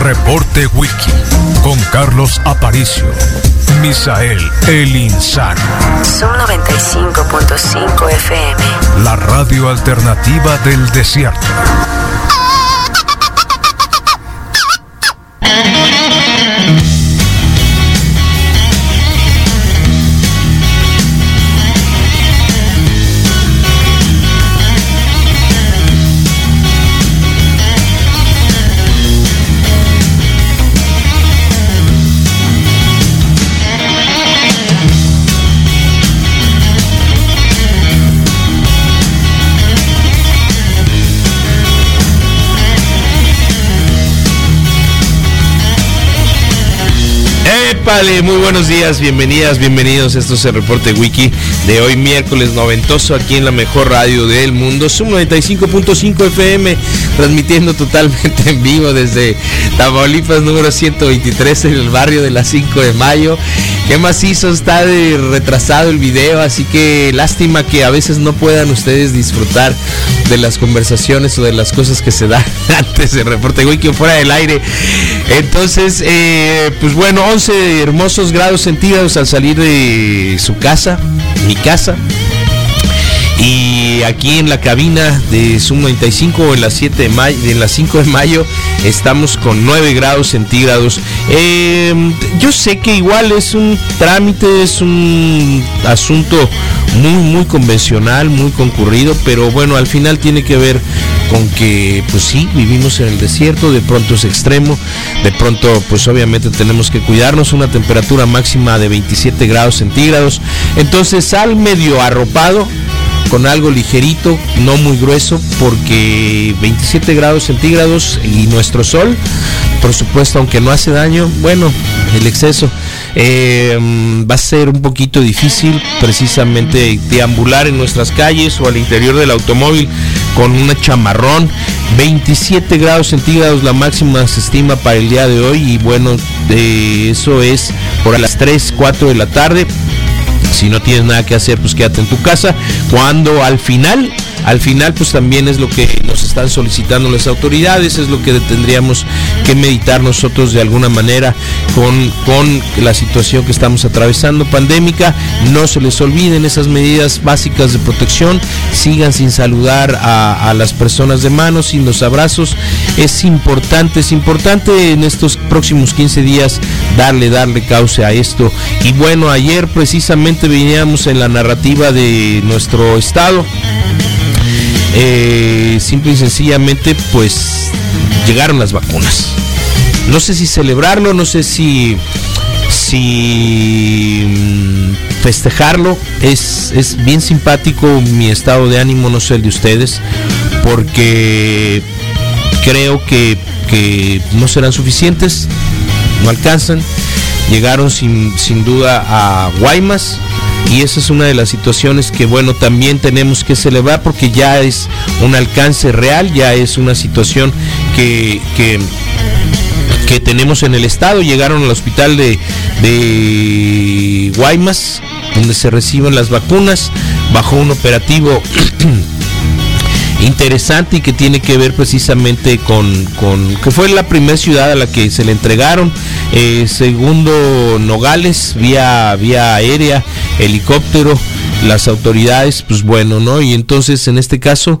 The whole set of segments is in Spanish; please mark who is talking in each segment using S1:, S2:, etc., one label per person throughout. S1: Reporte Wiki con Carlos Aparicio. Misael El Insano.
S2: Son 95.5 FM.
S1: La radio alternativa del desierto.
S3: Vale, muy buenos días, bienvenidas, bienvenidos. Esto es el reporte wiki de hoy miércoles noventoso aquí en la mejor radio del mundo, Zoom 95.5 FM, transmitiendo totalmente en vivo desde Tamaulipas número 123 en el barrio de las 5 de mayo. Qué macizo está de retrasado el video, así que lástima que a veces no puedan ustedes disfrutar de las conversaciones o de las cosas que se dan antes del reporte wiki o fuera del aire. Entonces, eh, pues bueno, 11 de hermosos grados centígrados al salir de su casa, mi casa. Y aquí en la cabina de Zoom 95 en las 7 de mayo, en las 5 de mayo estamos con 9 grados centígrados. Eh, yo sé que igual es un trámite, es un asunto muy muy convencional, muy concurrido, pero bueno, al final tiene que ver con que pues sí, vivimos en el desierto, de pronto es extremo, de pronto pues obviamente tenemos que cuidarnos, una temperatura máxima de 27 grados centígrados, entonces sal medio arropado con algo ligerito, no muy grueso, porque 27 grados centígrados y nuestro sol, por supuesto, aunque no hace daño, bueno, el exceso eh, va a ser un poquito difícil precisamente deambular en nuestras calles o al interior del automóvil con una chamarrón. 27 grados centígrados la máxima se estima para el día de hoy y bueno, eh, eso es por las 3, 4 de la tarde si no tienes nada que hacer, pues quédate en tu casa. Cuando al final, al final, pues también es lo que nos están solicitando las autoridades, es lo que tendríamos que meditar nosotros de alguna manera con, con la situación que estamos atravesando pandémica. No se les olviden esas medidas básicas de protección, sigan sin saludar a, a las personas de mano, sin los abrazos. Es importante, es importante en estos próximos 15 días darle, darle cauce a esto. Y bueno, ayer precisamente veníamos en la narrativa de nuestro estado. Eh, simple y sencillamente, pues llegaron las vacunas. No sé si celebrarlo, no sé si, si mm, festejarlo. Es, es bien simpático mi estado de ánimo, no sé el de ustedes, porque creo que, que no serán suficientes, no alcanzan llegaron sin, sin, duda a Guaymas y esa es una de las situaciones que bueno también tenemos que celebrar porque ya es un alcance real, ya es una situación que, que, que tenemos en el estado, llegaron al hospital de, de Guaymas donde se reciben las vacunas bajo un operativo interesante y que tiene que ver precisamente con, con que fue la primera ciudad a la que se le entregaron, eh, segundo Nogales, vía, vía aérea, helicóptero, las autoridades, pues bueno, ¿no? Y entonces en este caso,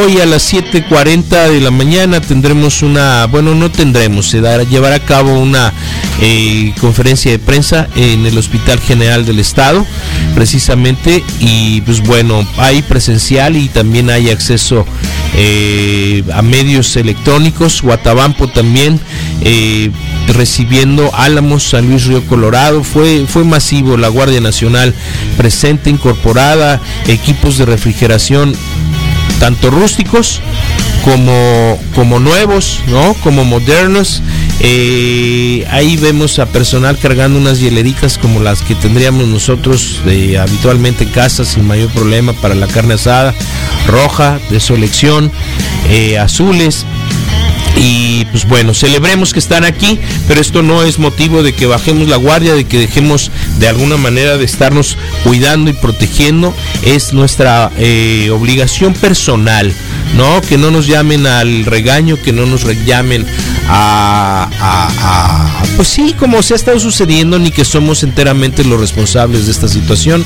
S3: hoy a las 7.40 de la mañana tendremos una, bueno, no tendremos, se dará, llevará a cabo una eh, conferencia de prensa en el Hospital General del Estado, precisamente, y pues bueno, hay presencial y también hay acceso eh, a medios electrónicos, Guatabampo también. Eh, recibiendo Álamos, San Luis Río Colorado, fue, fue masivo la Guardia Nacional presente, incorporada, equipos de refrigeración, tanto rústicos como, como nuevos, ¿no? como modernos, Eh, ahí vemos a personal cargando unas hielericas como las que tendríamos nosotros eh, habitualmente en casa sin mayor problema para la carne asada, roja de su elección, eh, azules. Y pues bueno, celebremos que están aquí, pero esto no es motivo de que bajemos la guardia, de que dejemos de alguna manera de estarnos cuidando y protegiendo. Es nuestra eh, obligación personal, ¿no? Que no nos llamen al regaño, que no nos re- llamen a, a- a- Pues sí, como se ha estado sucediendo, ni que somos enteramente los responsables de esta situación.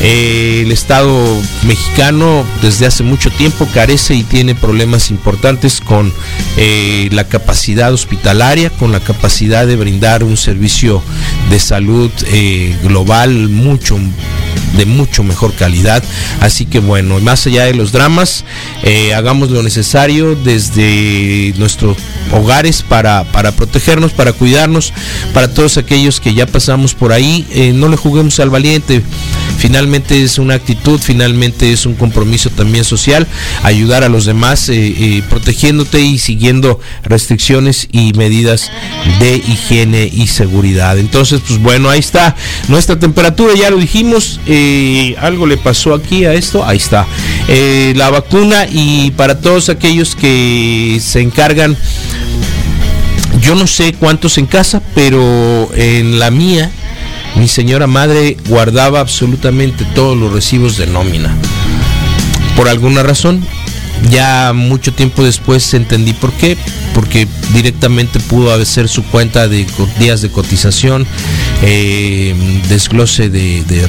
S3: Eh, el Estado mexicano desde hace mucho tiempo carece y tiene problemas importantes con eh, la capacidad hospitalaria, con la capacidad de brindar un servicio de salud eh, global mucho de mucho mejor calidad. Así que bueno, más allá de los dramas, eh, hagamos lo necesario desde nuestros hogares para, para protegernos, para cuidarnos, para todos aquellos que ya pasamos por ahí. eh, no le juguemos al valiente. Finalmente es una actitud, finalmente es un compromiso también social, ayudar a los demás eh, eh, protegiéndote y siguiendo restricciones y medidas de higiene y seguridad. Entonces, pues bueno, ahí está nuestra temperatura, ya lo dijimos, eh, algo le pasó aquí a esto, ahí está. Eh, la vacuna y para todos aquellos que se encargan yo no sé cuántos en casa, pero en la mía, mi señora madre guardaba absolutamente todos los recibos de nómina. Por alguna razón, ya mucho tiempo después entendí por qué, porque directamente pudo hacer su cuenta de co- días de cotización, eh, desglose de, de-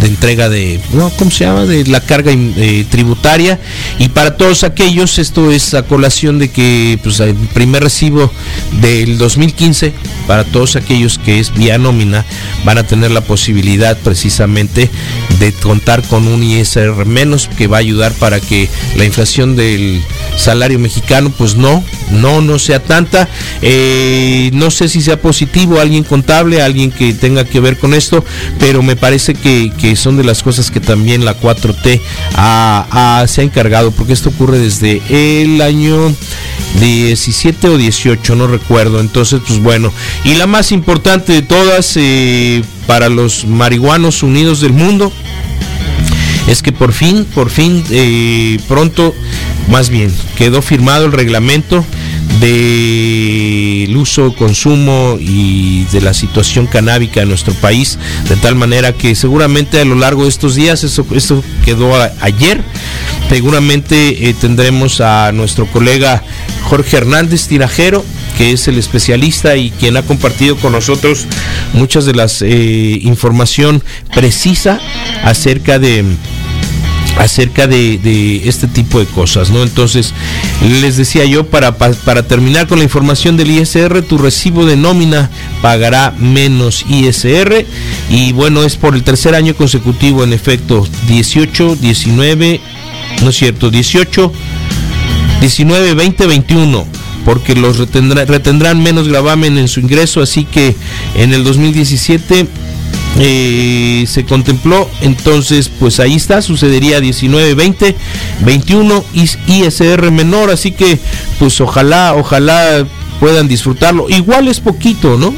S3: de entrega de, no, ¿cómo se llama? De la carga in- eh, tributaria. Y para todos aquellos, esto es a colación de que pues, el primer recibo del 2015, para todos aquellos que es vía nómina, van a tener la posibilidad precisamente de contar con un ISR menos que va a ayudar para que la inflación del salario mexicano pues no, no, no sea tanta. Eh, no sé si sea positivo alguien contable, alguien que tenga que ver con esto, pero me parece que, que son de las cosas que también la 4T ha- ha- se ha encargado, porque esto ocurre desde el año 17 o 18, no recuerdo. Entonces, pues bueno. Y la más importante de todas, eh, para los marihuanos unidos del mundo, es que por fin, por fin, eh, pronto, más bien, quedó firmado el reglamento del uso, consumo y de la situación canábica en nuestro país, de tal manera que seguramente a lo largo de estos días, eso, eso quedó a- ayer, seguramente eh, tendremos a nuestro colega Jorge Hernández Tirajero, que es el especialista y quien ha compartido con nosotros muchas de las eh, información precisa acerca de acerca de, de este tipo de cosas, ¿no? Entonces, les decía yo, para, pa- para terminar con la información del ISR, tu recibo de nómina pagará menos ISR y bueno, es por el tercer año consecutivo, en efecto, 18, 19, no es cierto, 18, 19, 20, 21 porque los retendrá- retendrán menos gravamen en su ingreso, así que en el 2017 eh, se contempló, entonces pues ahí está, sucedería 19, 20, 21 is- ISR menor, así que pues ojalá, ojalá puedan disfrutarlo, igual es poquito, ¿no?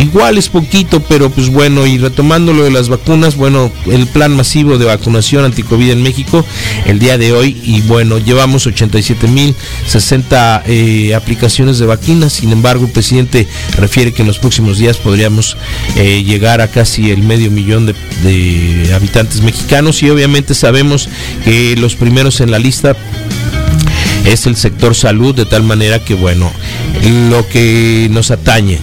S3: Igual es poquito, pero pues bueno, y retomando lo de las vacunas, bueno, el plan masivo de vacunación anticovid en México el día de hoy, y bueno, llevamos 87.060 eh, aplicaciones de vacunas, sin embargo, el presidente refiere que en los próximos días podríamos eh, llegar a casi el medio millón de, de habitantes mexicanos, y obviamente sabemos que los primeros en la lista es el sector salud, de tal manera que, bueno, lo que nos atañe.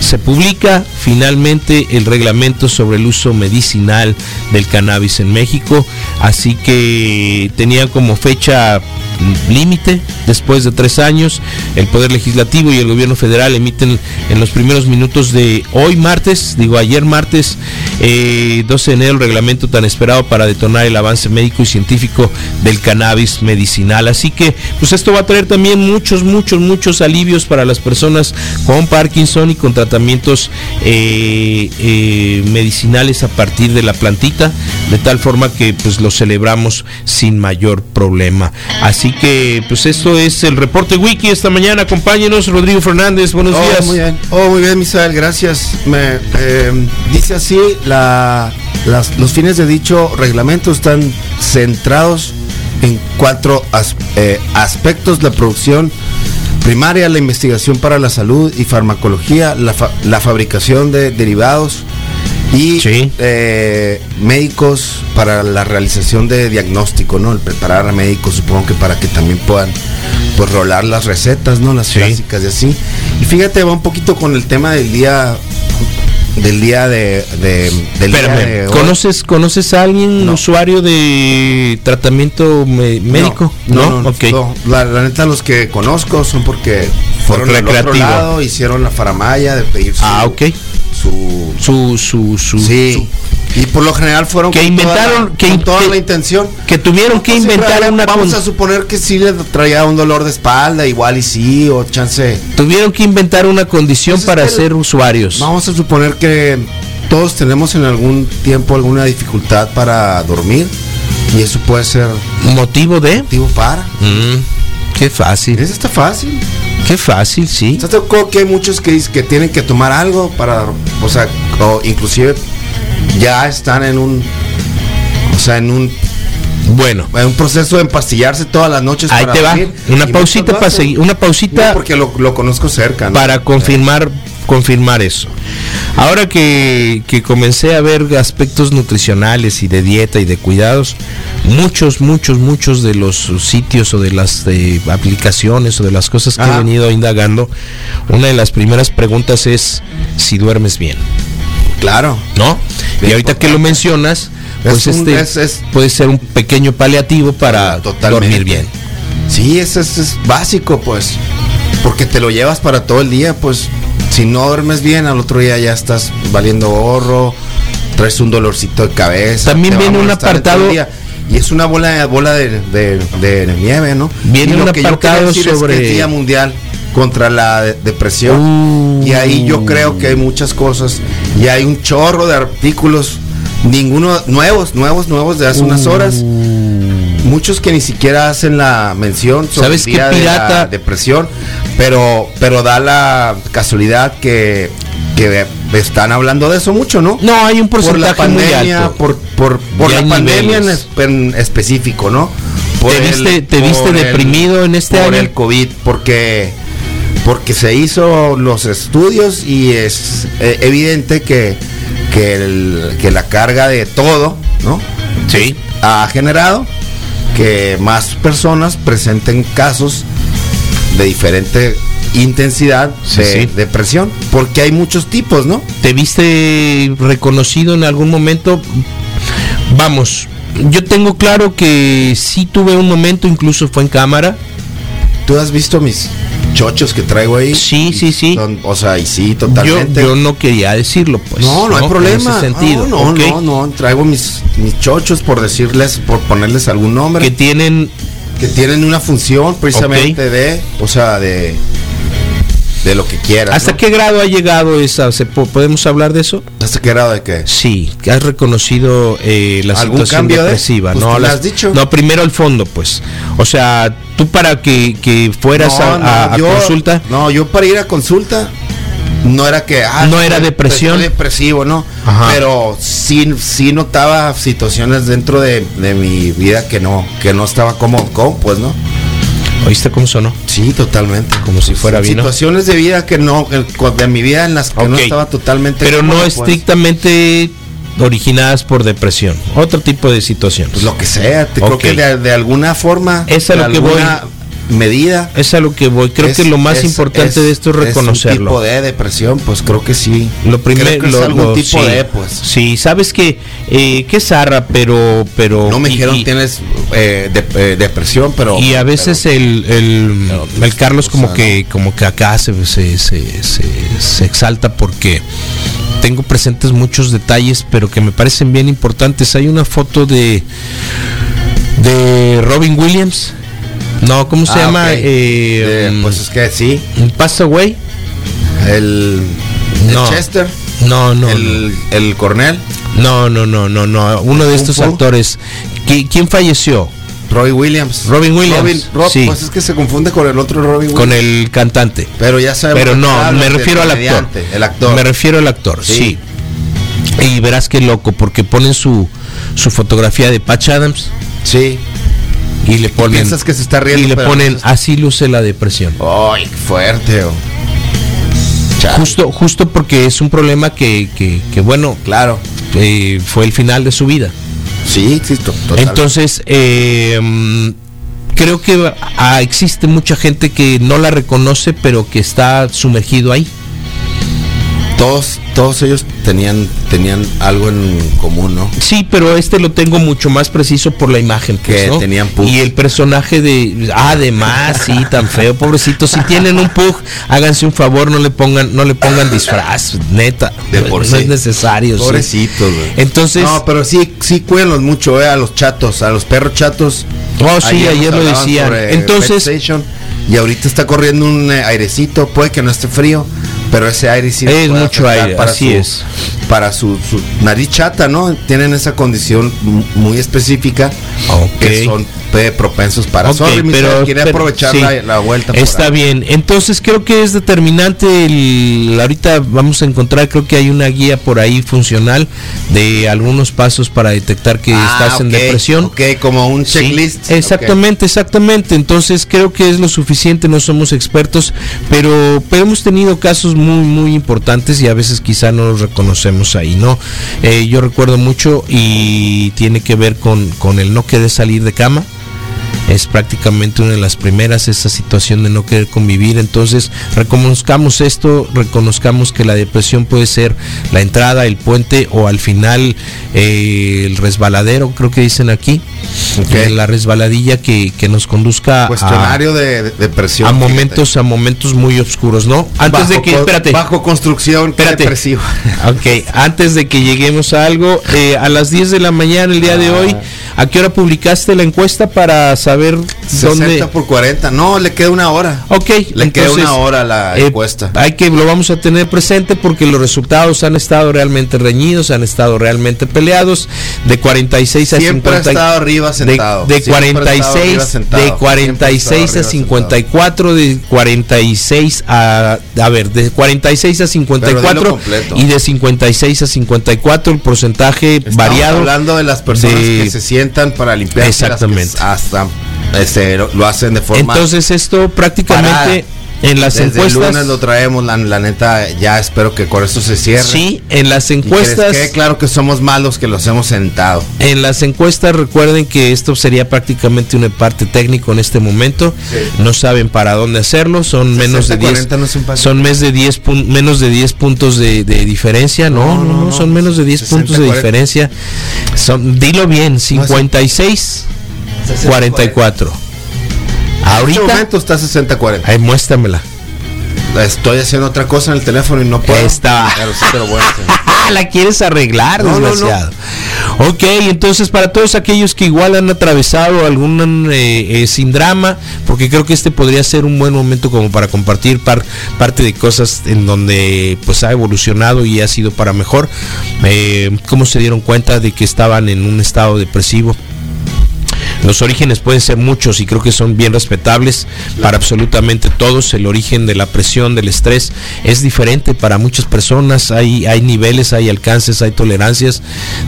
S3: Se publica finalmente el reglamento sobre el uso medicinal del cannabis en México, así que tenía como fecha mm, límite, después de tres años, el Poder Legislativo y el Gobierno Federal emiten en los primeros minutos de hoy martes, digo ayer martes, eh, 12 de enero, el reglamento tan esperado para detonar el avance médico y científico del cannabis medicinal. Así que, pues esto va a traer también muchos, muchos, muchos alivios para las personas con Parkinson y con trastornos tratamientos eh, eh, medicinales a partir de la plantita, de tal forma que pues lo celebramos sin mayor problema. Así que pues esto es el reporte wiki esta mañana. Acompáñenos, Rodrigo Fernández, buenos
S4: oh,
S3: días.
S4: Muy bien. Oh, muy bien, Misael, gracias. Me, eh, dice así, la, las- los fines de dicho reglamento están centrados en cuatro as- eh, aspectos, la producción primaria, la investigación para la salud y farmacología, la, fa- la fabricación de derivados y
S3: Sí.
S4: eh, médicos para la realización de diagnóstico, ¿no? El preparar a médicos, supongo que para que también puedan pues rolar las recetas, ¿no? Las
S3: Sí.
S4: clásicas y así. Y fíjate, va un poquito con el tema del día del día de, de- del día de
S3: Espérame,
S4: hoy.
S3: ¿conoces, ¿conoces a alguien
S4: No.
S3: usuario de tratamiento me-
S4: No,
S3: médico?
S4: No, no,
S3: Ok.
S4: no. La, la neta los que conozco son porque fueron al otro
S3: recreativo.
S4: lado, hicieron la faramaya de pedir su-
S3: Ah, ok.
S4: su
S3: Su, su, su,
S4: Sí. Y por lo general fueron
S3: Que
S4: con toda
S3: inventaron-
S4: la-
S3: que-
S4: con toda
S3: que-
S4: la intención.
S3: su- que tuvieron que
S4: Entonces,
S3: inventar una
S4: realmente Vamos
S3: con-
S4: a suponer que sí le traía un dolor de espalda, igual y sí, o chance.
S3: tuvieron que inventar una condición
S4: Pues es
S3: para
S4: que-
S3: ser usuarios.
S4: Vamos a suponer que todos tenemos en algún tiempo alguna dificultad para dormir y eso puede ser
S3: Motivo de
S4: motivo para.
S3: Mm, qué fácil,
S4: Eso está fácil.
S3: qué fácil, sí.
S4: ¿Estás de acuerdo que hay muchos que dicen que tienen que tomar algo para, o sea, o inclusive ya están en un, o sea, en un
S3: Bueno,
S4: Hay un proceso de empastillarse todas las noches.
S3: ahí te va.
S4: dormir.
S3: Una
S4: pues, Y
S3: pausita
S4: muchos lo
S3: para
S4: hacen.
S3: seguir, una
S4: No,
S3: pausita
S4: porque lo, lo conozco cerca. Ah, ¿no?
S3: para confirmar confirmar eso. Ahora que, que comencé a ver aspectos nutricionales y de dieta y de cuidados, muchos, muchos, muchos de los sitios o de las eh, aplicaciones o de las cosas que
S4: Ajá.
S3: he venido indagando, una de las primeras preguntas es si duermes bien,
S4: Claro.
S3: ¿no?
S4: Bien
S3: y ahorita que lo mencionas, pues
S4: Es un-
S3: este
S4: es- es-
S3: puede ser un pequeño paliativo para
S4: Totalmente.
S3: dormir bien.
S4: Sí, eso es, es básico, pues. Porque te lo llevas para todo el día, pues. Si no duermes bien, al otro día ya estás valiendo gorro, traes un dolorcito de cabeza.
S3: También
S4: te va a
S3: viene un
S4: molestar todo el
S3: apartado-
S4: día. Y es una bola de, bola de, de- de nieve, ¿no?
S3: Viene
S4: Y
S3: un
S4: lo que yo quería
S3: apartado
S4: decir es que
S3: sobre-
S4: el Día Mundial contra la de- depresión.
S3: Uh.
S4: Y ahí yo creo que hay muchas cosas. Y hay un chorro de artículos, ninguno nuevos, nuevos, nuevos de hace
S3: Uh.
S4: unas horas. Muchos que ni siquiera hacen la mención sobre
S3: ¿Sabes
S4: el
S3: qué
S4: día de la
S3: pirata?
S4: depresión, pero pero da la casualidad que, que están hablando de eso mucho, ¿no?
S3: No, hay un
S4: por la
S3: porcentaje muy
S4: pandemia,
S3: alto.
S4: por por, por
S3: Ya
S4: la
S3: hay
S4: pandemia en,
S3: niveles.
S4: es- en específico, ¿no? Por
S3: ¿Te viste- te viste
S4: por
S3: deprimido en este
S4: por
S3: año?
S4: el COVID porque porque se hizo los estudios y es eh, evidente que que, el- que la carga de todo, ¿no?
S3: Sí.
S4: ha generado que más personas presenten casos de diferente intensidad
S3: Sí,
S4: de
S3: sí.
S4: depresión, porque hay muchos tipos, ¿no?
S3: ¿Te viste reconocido en algún momento? Vamos, yo tengo claro que sí tuve un momento, incluso fue en cámara.
S4: Tú has visto mis chochos que traigo ahí.
S3: Sí, sí, sí.
S4: Son- o sea, y sí,
S3: Yo,
S4: totalmente.
S3: yo no quería decirlo, pues.
S4: no, no, hay problema.
S3: En ese sentido,
S4: no, no,
S3: ¿ok?
S4: no, no, traigo mis, mis chochos por decirles, por ponerles algún nombre.
S3: Que tienen
S4: que tienen una función precisamente de, o sea, de de lo que quieras.
S3: ¿Hasta
S4: ¿no?
S3: qué grado ha llegado esa? ¿Se po- ¿Podemos hablar de eso?
S4: ¿Hasta qué grado de qué?
S3: Sí, que has reconocido eh, la
S4: ¿Algún
S3: situación
S4: cambio de?
S3: depresiva.
S4: Pues
S3: no,
S4: tú lo
S3: las-
S4: has dicho.
S3: no, primero al fondo, pues. O sea, tú para que, que fueras
S4: No,
S3: a,
S4: no,
S3: a- a
S4: yo-
S3: consulta,
S4: No, yo para ir a consulta no era que ah,
S3: No era
S4: estoy-
S3: depresión.
S4: estoy depresivo, no.
S3: Ajá.
S4: Pero sí, sí notaba situaciones dentro de, de mi vida que no, que no estaba cómodo con, pues, ¿no?
S3: ¿oíste cómo sonó?
S4: Sí, totalmente.
S3: Como si fuera vino.
S4: Situaciones de vida que no, que- de mi vida en las que no
S3: Ok.
S4: estaba totalmente.
S3: Pero
S4: cómodo,
S3: no
S4: pues.
S3: estrictamente originadas por depresión, otro tipo de situación.
S4: Pues lo que sea, te-
S3: Ok.
S4: creo que de, de alguna forma,
S3: Es a
S4: de
S3: lo que voy.
S4: alguna medida.
S3: es a lo que voy. Creo
S4: es-
S3: que lo más
S4: es-
S3: importante de esto es
S4: un
S3: reconocerlo.
S4: tipo de depresión, pues creo que sí.
S3: lo
S4: Creo
S3: primero,
S4: que es
S3: lo,
S4: algún
S3: lo-
S4: tipo
S3: sí,
S4: de, pues.
S3: Sí, sabes que eh, que zarra, pero pero
S4: No me
S3: y-
S4: dijeron
S3: y-
S4: tienes eh, de- eh, depresión, pero.
S3: y a veces
S4: pero-
S3: el, el, el Carlos
S4: o
S3: como
S4: sea,
S3: que como que acá se, se, se- se- se exalta porque tengo presentes muchos detalles pero que me parecen bien importantes hay una foto de de Robin Williams no cómo se
S4: Ah,
S3: llama
S4: ok. pues,
S3: Eh,
S4: Eh, pues es que sí.
S3: un Pass Away
S4: El.
S3: No.
S4: el Chester,
S3: No, no.
S4: el, el Cornell,
S3: No, no, no, no, no. Uno de estos
S4: Ufo.
S3: actores. ¿Qui- ¿Quién falleció?
S4: Roy Williams.
S3: Robin Williams.
S4: Robin- Rob-
S3: Sí.
S4: Pues es que se confunde con el otro Robin Williams.
S3: Con el cantante.
S4: Pero ya sabemos.
S3: Pero
S4: que
S3: no,
S4: hablas
S3: me
S4: del
S3: refiero al actor.
S4: comediante, El actor.
S3: Me refiero al actor, sí.
S4: Sí.
S3: Y verás qué loco, porque ponen su, su fotografía de Patch Adams
S4: sí.
S3: y le ponen.
S4: piensas que se está riendo,
S3: Y le
S4: pero
S3: ponen,
S4: no se-
S3: así luce la depresión.
S4: Ay, qué fuerte. oh. Chale,
S3: Justo, justo porque es un problema que, que, que, bueno,
S4: Claro.
S3: eh, fue el final de su vida.
S4: Sí, sí, to- total.
S3: Entonces, eh, mm, creo que ah, existe mucha gente que no la reconoce, pero que está sumergido ahí.
S4: todos, todos ellos tenían, tenían algo en común, ¿no?
S3: Sí, pero este lo tengo mucho más preciso por la imagen pues,
S4: Que
S3: ¿no?
S4: tenían pug.
S3: Y el personaje de ah, además, sí, tan feo, pobrecito. Si tienen un pug, háganse un favor, no le pongan, no le pongan disfraz, neta.
S4: De por
S3: no
S4: sí.
S3: es necesario. sí.
S4: Pobrecitos, güey.
S3: Entonces,
S4: No, pero sí, sí cuídenlos mucho, eh, a los chatos, a los perros chatos.
S3: Oh, sí,
S4: nos
S3: ayer lo
S4: hablaban
S3: decían.
S4: sobre
S3: Entonces-
S4: Pet Station, y ahorita está corriendo un eh, airecito, puede que no esté frío, pero ese aire sí les
S3: Es
S4: puede
S3: mucho
S4: afectar
S3: aire, así
S4: su,
S3: es.
S4: Para su, su nariz chata, ¿no? Tienen esa condición m- muy específica
S3: Ok.
S4: que son eh, propensos para
S3: Ok,
S4: Sorry, mi Isabel, quería
S3: pero-
S4: aprovechar
S3: sí.
S4: la, la vuelta. por
S3: Está
S4: ahí.
S3: bien. Entonces creo que es determinante el ahorita vamos a encontrar, creo que hay una guía por ahí funcional de algunos pasos para detectar que
S4: Ah,
S3: estás en
S4: ok,
S3: depresión.
S4: Ok, como un
S3: Sí,
S4: checklist. ok.
S3: exactamente, exactamente. Entonces creo que es lo suficiente, no somos expertos, pero, pero hemos tenido casos muy, muy importantes y a veces quizá no los reconocemos ahí, ¿no? Eh, yo recuerdo mucho y tiene que ver con, con el no querer salir de cama. Es prácticamente una de las primeras esa situación de no querer convivir. Entonces, reconozcamos esto, reconozcamos que la depresión puede ser la entrada, el puente o al final eh, el resbaladero, creo que dicen aquí.
S4: Ok.
S3: Eh, La resbaladilla que, que nos conduzca a,
S4: Cuestionario de, de depresión.
S3: Ah, a
S4: fíjate.
S3: momentos, a momentos muy oscuros, ¿no? Antes
S4: Bajo
S3: de que,
S4: con-
S3: espérate.
S4: Bajo construcción, qué
S3: Espérate.
S4: depresivo.
S3: Ok, antes de que lleguemos a algo, eh, a las 10 de la mañana el día de hoy,
S4: Ah.
S3: ¿a qué hora publicaste la encuesta para saber
S4: 60
S3: dónde?
S4: por 40. No, le queda una hora.
S3: Ok,
S4: Le queda
S3: entonces,
S4: una hora a la
S3: eh,
S4: encuesta.
S3: Hay que lo vamos a tener presente porque los resultados han estado realmente reñidos, han estado realmente peleados de 46 a
S4: Siempre ha
S3: 50.
S4: estado arriba sentado.
S3: De, de
S4: Siempre ha estado
S3: 46,
S4: arriba sentado.
S3: de
S4: Siempre ha
S3: 46
S4: estado
S3: a
S4: arriba
S3: 54, de 46 a, a ver, de 46 a
S4: Pero dilo
S3: 54
S4: completo.
S3: y de 56 a 54 el porcentaje
S4: Estamos
S3: variado.
S4: hablando de las personas
S3: de-
S4: que se sientan para limpiar.
S3: Exactamente.
S4: Hasta este, lo, lo hacen de forma.
S3: Entonces esto prácticamente
S4: Parada.
S3: en las
S4: desde el
S3: encuestas
S4: lunes lo traemos, la, la neta, ya espero que con esto se cierre.
S3: Sí, en las
S4: Y que les
S3: encuestas
S4: quede claro que somos malos que los hemos sentado.
S3: En las encuestas recuerden que esto sería prácticamente un parte técnico en este momento. No saben para dónde hacerlo, son menos de 10
S4: 40 no es empate.
S3: son mes de 10 pun- menos de 10 puntos de, de diferencia, no, no,
S4: No, no,
S3: no,
S4: no,
S3: son menos de 10 puntos de
S4: 60-40.
S3: diferencia. Son dilo bien, 56 44.
S4: En este
S3: Ahorita
S4: momento está 60-40.
S3: Ay, muéstramela.
S4: Estoy haciendo otra cosa en el teléfono y no puedo.
S3: Está.
S4: Pero sí te lo voy a enseñar.
S3: Ah, la quieres arreglar,
S4: No, no, no.
S3: desgraciado. Ok, entonces para todos aquellos que igual han atravesado algún eh, eh, sin drama, porque creo que este podría ser un buen momento como para compartir par- parte de cosas en donde pues ha evolucionado y ha sido para mejor. Eh, ¿Cómo se dieron cuenta de que estaban en un estado depresivo? Los orígenes pueden ser muchos y creo que son bien respetables para absolutamente todos. El origen de la presión, del estrés, es diferente para muchas personas. Hay, hay niveles, hay alcances, hay tolerancias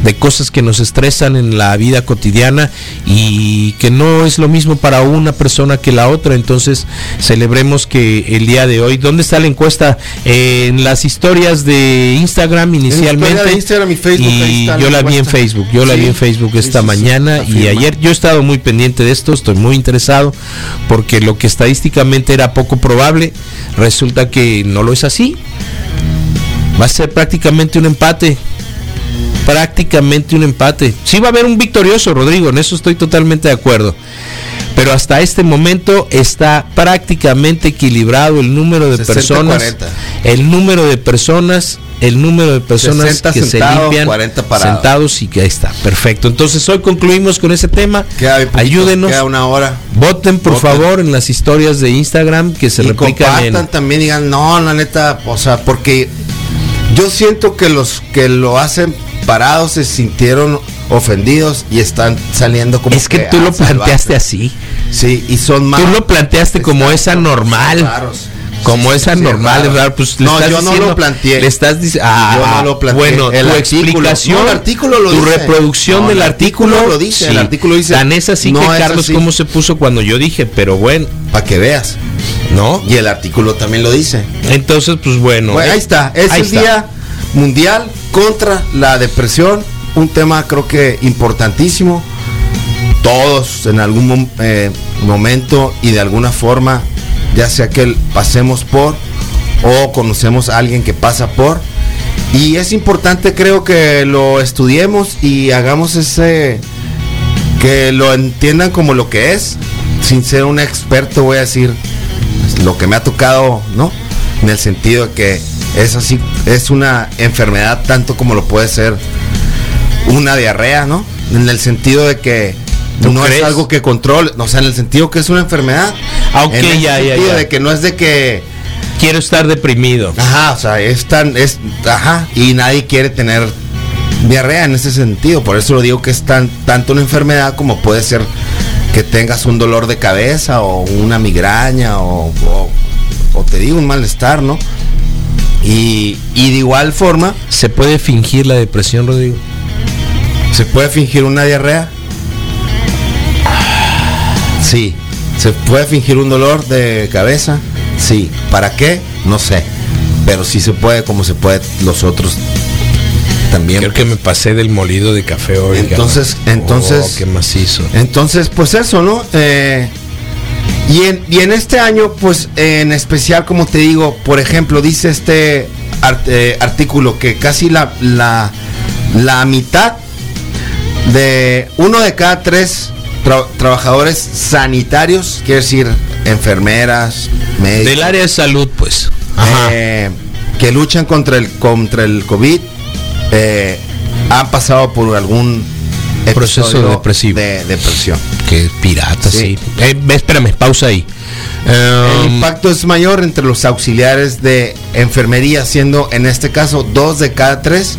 S3: de cosas que nos estresan en la vida cotidiana y que no es lo mismo para una persona que la otra. Entonces, celebremos que el día de hoy, ¿dónde está la encuesta? Eh, en las historias de Instagram inicialmente.
S4: historia de Instagram y Facebook, ahí
S3: y
S4: está la
S3: yo la vi en
S4: encuesta.
S3: Facebook, yo la
S4: Sí,
S3: vi en Facebook
S4: sí,
S3: esta
S4: sí, sí,
S3: mañana y
S4: afirma.
S3: ayer yo he estado muy pendiente de esto, estoy muy interesado, porque lo que estadísticamente era poco probable, resulta que no lo es así. Va a ser prácticamente un empate. Prácticamente un empate. Sí va a haber un victorioso, Rodrigo, en eso estoy totalmente de acuerdo. Pero hasta este momento está prácticamente equilibrado el número de
S4: 60,
S3: personas.
S4: 40.
S3: El número de personas, el número de personas
S4: 60
S3: que se
S4: sentado,
S3: limpian
S4: 40 parado.
S3: sentados y que ahí está. Perfecto. Entonces hoy concluimos con ese tema.
S4: Queda bien poquito,
S3: Ayúdenos.
S4: Queda una hora.
S3: Voten por
S4: Voten.
S3: favor en las historias de Instagram que se
S4: y
S3: replican
S4: compartan
S3: en
S4: también, digan, no, la neta, o sea, porque Yo siento que los que lo hacen parados se sintieron ofendidos y están saliendo como
S3: es que, tú
S4: a
S3: lo
S4: salvarse.
S3: planteaste así.
S4: Sí, y son más.
S3: Tú lo planteaste como es anormal.
S4: raros.
S3: Como es
S4: Sí,
S3: anormal,
S4: raros.
S3: ¿verdad? Pues le
S4: no,
S3: estás
S4: yo no
S3: diciendo-
S4: lo planteé.
S3: Le estás diciendo. Ah,
S4: yo no lo planteé.
S3: Bueno,
S4: El
S3: tu
S4: artículo-
S3: explicación.
S4: no, el artículo lo
S3: Tu
S4: dice.
S3: reproducción
S4: No,
S3: del
S4: el
S3: artículo.
S4: artículo lo dice, el artículo dice,
S3: Tan es así
S4: no
S3: que
S4: es
S3: Carlos,
S4: así.
S3: ¿cómo se puso cuando yo dije? Pero bueno,
S4: Para que veas.
S3: ¿no?
S4: Y el artículo también lo dice.
S3: Entonces, pues bueno.
S4: Bueno,
S3: eh,
S4: ahí está. Es
S3: ahí
S4: el
S3: está.
S4: Día Mundial contra la Depresión. Un tema creo que importantísimo. Todos en algún mom- eh, momento y de alguna forma, ya sea que el- pasemos por o conocemos a alguien que pasa por. Y es importante creo que lo estudiemos y hagamos ese... que lo entiendan como lo que es. Sin ser un experto voy a decir pues, lo que me ha tocado, ¿no? En el sentido de que es así, es una enfermedad tanto como lo puede ser una diarrea, ¿no? En el sentido de que
S3: ¿Tú
S4: no
S3: crees?
S4: es algo que controle, o sea, en el sentido que es una enfermedad.
S3: Ah, ok,
S4: En el
S3: ya, ya,
S4: sentido
S3: ya.
S4: de que no es de que,
S3: Quiero estar deprimido.
S4: ajá, o sea, es tan, es, ajá, y nadie quiere tener diarrea en ese sentido, por eso lo digo que es tan, tanto una enfermedad como puede ser que tengas un dolor de cabeza o una migraña o, o- o te digo un malestar, ¿no? Y, y de igual forma,
S3: ¿Se puede fingir la depresión, Rodrigo?
S4: ¿Se puede fingir una diarrea? Sí. ¿Se puede fingir un dolor de cabeza? Sí. ¿Para qué? No sé. Pero sí se puede como se puede los otros también.
S3: Creo que me pasé del molido de café hoy.
S4: Em- Entonces-
S3: cabrón.
S4: entonces-
S3: Oh, qué macizo.
S4: Entonces, pues eso, ¿no? Eh, y, en, y en este año, pues en especial, como te digo, por ejemplo, dice este art- eh, artículo que casi la, la, la mitad de uno de cada tres tra- trabajadores sanitarios, quiere decir enfermeras, médicos,
S3: Del área de salud, pues. Ajá.
S4: eh, que luchan contra el contra el COVID eh, han pasado por algún
S3: Proceso
S4: episodio
S3: depresivo.
S4: de depresión.
S3: Qué pirata, sí.
S4: Sí.
S3: Eh, ve, espérame, pausa ahí.
S4: El
S3: Um,
S4: impacto es mayor entre los auxiliares de enfermería, siendo en este caso dos de cada tres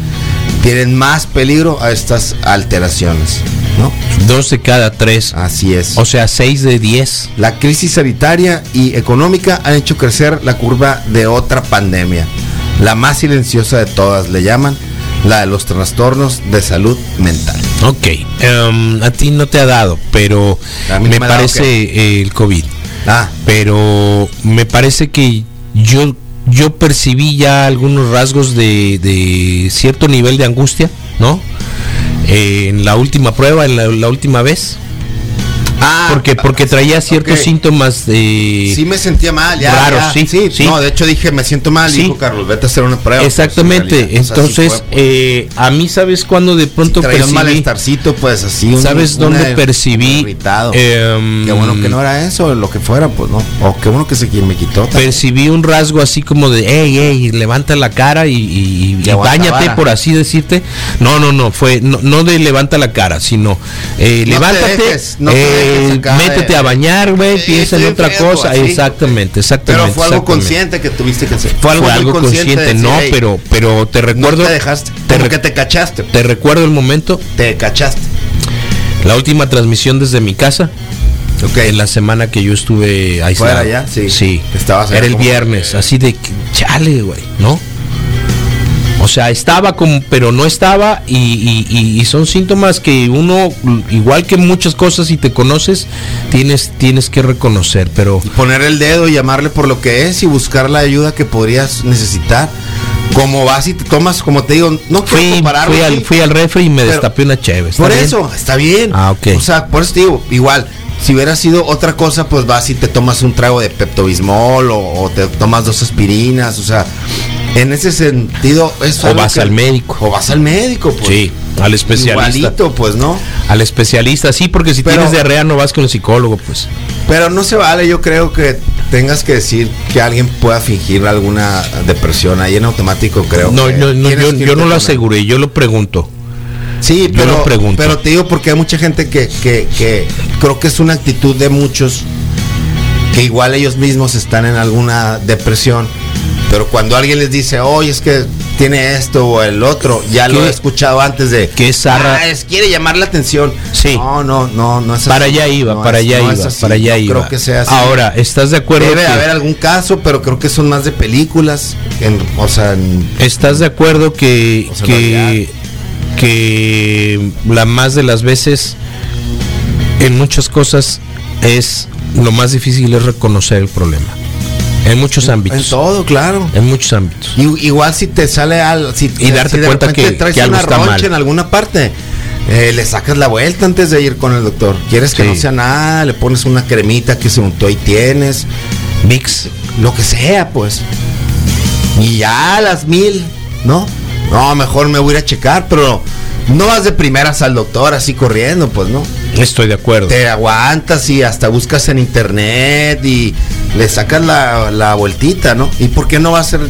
S4: tienen más peligro a estas alteraciones, ¿no?
S3: dos de cada tres.
S4: Así es.
S3: O sea, seis de diez.
S4: La crisis sanitaria y económica han hecho crecer la curva de otra pandemia, la más silenciosa de todas, le llaman la de los trastornos de salud mental.
S3: Ok. Um, a ti no te ha dado, pero
S4: A mí no
S3: me
S4: me ha dado
S3: parece eh, el COVID.
S4: Ah,
S3: Pero me parece que yo, yo percibí ya algunos rasgos de, de cierto nivel de angustia, ¿no? Eh, en la última prueba, en la, la última vez.
S4: ah,
S3: porque, porque traía ciertos
S4: ok.
S3: síntomas de...
S4: Sí me sentía mal, ya.
S3: Raro,
S4: ya,
S3: sí, sí.
S4: No, de hecho dije, me siento mal,
S3: Sí.
S4: dijo Carlos, vete a hacer una prueba.
S3: Exactamente.
S4: Pues, en realidad, o sea, sí
S3: Entonces,
S4: fue, pues.
S3: eh, a mí, ¿sabes cuándo de pronto
S4: Si traía un
S3: percibí?
S4: malestarcito, pues así. un-
S3: ¿Sabes
S4: un
S3: dónde
S4: ir-
S3: percibí?
S4: Irritado.
S3: Em,
S4: qué bueno que no era eso, lo que fuera, pues no. O qué bueno que se me quitó.
S3: Percibí un rasgo así como de, hey, hey, levanta la cara y, y, y
S4: Levanta
S3: báñate",
S4: vara.
S3: por así decirte. No, no, no, fue, no, no de levanta la cara, sino, eh,
S4: No
S3: levántate,
S4: te dejes, no te
S3: eh,
S4: dejes acá de-
S3: métete a bañar, güey,
S4: Eh,
S3: piensa en
S4: estoy
S3: otra
S4: enfermo,
S3: cosa.
S4: así.
S3: exactamente, exactamente.
S4: Pero fue algo
S3: exactamente.
S4: consciente que tuviste que hacer.
S3: Fue algo,
S4: muy
S3: algo consciente,
S4: de decir,
S3: no,
S4: "Ey,
S3: pero, pero te
S4: no
S3: recuerdo.
S4: te dejaste.
S3: te
S4: Como
S3: re-
S4: que te cachaste.
S3: te recuerdo el momento
S4: Te cachaste.
S3: La última transmisión desde mi casa. En la semana que yo estuve aislado.
S4: Fuera ya, sí. Estabas allá
S3: Era el
S4: como-
S3: viernes, así de que, chale, güey, ¿no? O sea, estaba como, pero no estaba y, y- y- y son síntomas que uno, igual que muchas cosas, si te conoces, tienes, tienes que reconocer, pero
S4: Y poner el dedo y llamarle por lo que es y buscar la ayuda que podrías necesitar. Como vas y te tomas, como te digo, no quiero
S3: fui,
S4: compararme,
S3: fui al,
S4: sí.
S3: fui al refri y me
S4: Pero-
S3: destapé una chévere.
S4: Por eso, está bien.
S3: Ah, ok.
S4: O sea, por eso te digo, igual, si hubiera sido otra cosa, pues vas y te tomas un trago de Pepto-Bismol o, o te tomas dos aspirinas, o sea, en ese sentido es
S3: O
S4: algo
S3: vas
S4: que-
S3: al médico.
S4: O vas al médico, pues.
S3: Sí, al especialista.
S4: Igualito, pues, ¿no?
S3: Al especialista, sí, porque si
S4: Pero-
S3: tienes diarrea no vas con el psicólogo, pues.
S4: Pero no se vale, yo creo que tengas que decir que alguien pueda fingir alguna depresión ahí en automático, creo.
S3: No,
S4: que
S3: no, no,
S4: eh, tienes
S3: yo,
S4: que
S3: yo no
S4: irte
S3: lo
S4: con el-
S3: aseguré, yo lo pregunto.
S4: Sí,
S3: Yo
S4: pero,
S3: lo pregunto.
S4: pero te digo porque hay mucha gente que, que- que creo que es una actitud de muchos que igual ellos mismos están en alguna depresión, pero cuando alguien les dice, oye, es que tiene esto o el otro. Ya lo
S3: ¿Qué?
S4: he escuchado antes de.
S3: Qué zarra.
S4: Ah, es- quiere llamar la atención.
S3: Sí.
S4: No, no, no, no es así.
S3: Para allá iba,
S4: No
S3: para
S4: es-
S3: allá
S4: no es
S3: iba,
S4: así.
S3: para allá
S4: No
S3: iba.
S4: Creo que sea así.
S3: Ahora, ¿estás de acuerdo?
S4: Debe
S3: que-
S4: haber algún caso, pero creo que son más de películas. en- o sea, en-
S3: ¿Estás de acuerdo que,
S4: O sea,
S3: que, que la más de las veces en muchas cosas es lo más difícil es reconocer el problema? En muchos
S4: en
S3: ámbitos.
S4: todo, claro.
S3: En muchos ámbitos.
S4: Y- igual si te sale algo, si,
S3: Y darte
S4: si de
S3: cuenta
S4: repente
S3: que-
S4: traes
S3: que algo
S4: una
S3: está
S4: roncha
S3: mal.
S4: en alguna parte, eh, le sacas la vuelta antes de ir con el doctor. Quieres que
S3: Sí.
S4: no sea nada, le pones una cremita que se untó y tienes,
S3: Mix.
S4: lo que sea, pues. Y ya a las mil, ¿no? No, mejor me voy a ir a checar, pero no vas de primeras al doctor así corriendo, pues, ¿no?
S3: Estoy de acuerdo.
S4: Te aguantas y hasta buscas en internet y le sacas la, la vueltita, ¿no? ¿Y por qué no va a ser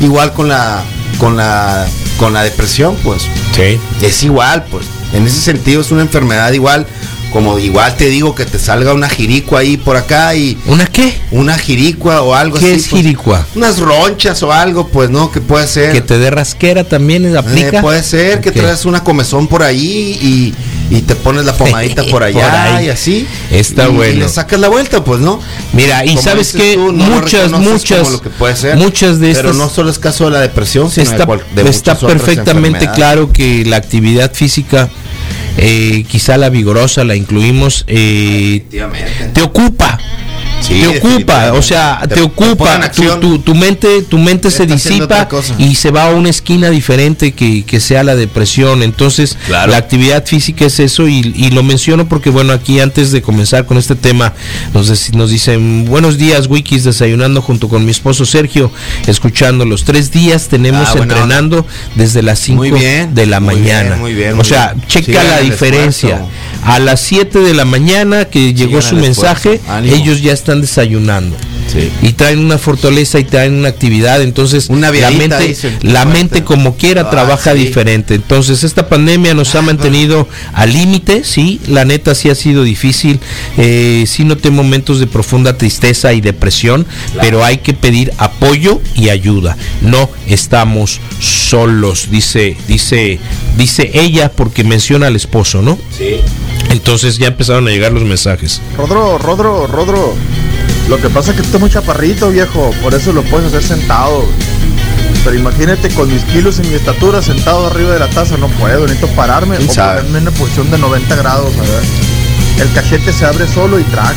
S4: igual con la con la con la depresión, pues?
S3: Sí.
S4: Es igual, pues. En ese sentido es una enfermedad igual, como igual te digo que te salga una jiricua ahí por acá y
S3: ¿Una qué?
S4: una jiricua o algo
S3: ¿Qué
S4: así.
S3: es
S4: pues.
S3: jiricua?
S4: Unas ronchas o algo, pues, ¿no? Que puede ser.
S3: Que te dé rasquera también aplica.
S4: Eh, puede ser
S3: Ok.
S4: que traes una comezón por ahí y, y te pones la pomadita por allá
S3: Por ahí.
S4: y así.
S3: Está
S4: Y- y
S3: bueno.
S4: le sacas la vuelta, pues, ¿no?
S3: Mira, y
S4: Como
S3: sabes
S4: dices
S3: que
S4: tú, no lo
S3: muchas,
S4: reconoces
S3: muchas,
S4: como lo que puede ser,
S3: muchas de
S4: Pero
S3: estas
S4: no solo es caso de la depresión, sino de
S3: está,
S4: cual- de
S3: está
S4: muchas otras
S3: perfectamente
S4: enfermedades.
S3: claro que la actividad física, eh, quizá la vigorosa la incluimos, eh,
S4: Efectivamente.
S3: te ocupa.
S4: Sí,
S3: te ocupa,
S4: definitivamente.
S3: o sea, te,
S4: Te- te pone
S3: ocupa,
S4: en
S3: tu,
S4: acción.
S3: tu- tu mente, tu mente se
S4: Está haciendo
S3: disipa
S4: otra cosa.
S3: y se va a una esquina diferente que, que sea la depresión. Entonces, la actividad física es eso y, y lo menciono porque, bueno, aquí antes de comenzar con este tema, nos, dec- nos dicen, buenos días, Wikis, desayunando junto con mi esposo Sergio, escuchando los tres días, tenemos
S4: Ah, buena
S3: entrenando desde las 5
S4: Muy bien,
S3: de la
S4: muy bien,
S3: mañana.
S4: muy bien,
S3: o
S4: muy
S3: sea,
S4: bien.
S3: checa
S4: Sigan
S3: la
S4: el
S3: diferencia.
S4: esfuerzo.
S3: A las 7 de la mañana que llegó
S4: al
S3: su
S4: esfuerzo.
S3: mensaje,
S4: Ánimo.
S3: ellos ya están desayunando. Y traen una fortaleza y traen una actividad, entonces
S4: Una
S3: la
S4: viadita,
S3: mente,
S4: dicen.
S3: la mente como quiera
S4: Ah,
S3: trabaja
S4: sí.
S3: diferente. Entonces esta pandemia nos ha mantenido al límite, sí, la neta sí ha sido difícil, eh, sí noté momentos de profunda tristeza y depresión, pero hay que pedir apoyo y ayuda. No estamos solos, dice, dice, dice ella porque menciona al esposo, ¿no? Entonces ya empezaron a llegar los mensajes.
S5: Rodro, Rodro, Rodro. Lo que pasa es que tú estás muy chaparrito, viejo. Por eso lo puedes hacer sentado. Pero imagínate con mis kilos y mi estatura sentado arriba de la taza. No puedo, necesito pararme o
S4: ¿Quién sabe?
S5: ponerme en una posición de 90 grados. A ver. El cachete se abre solo y tracas.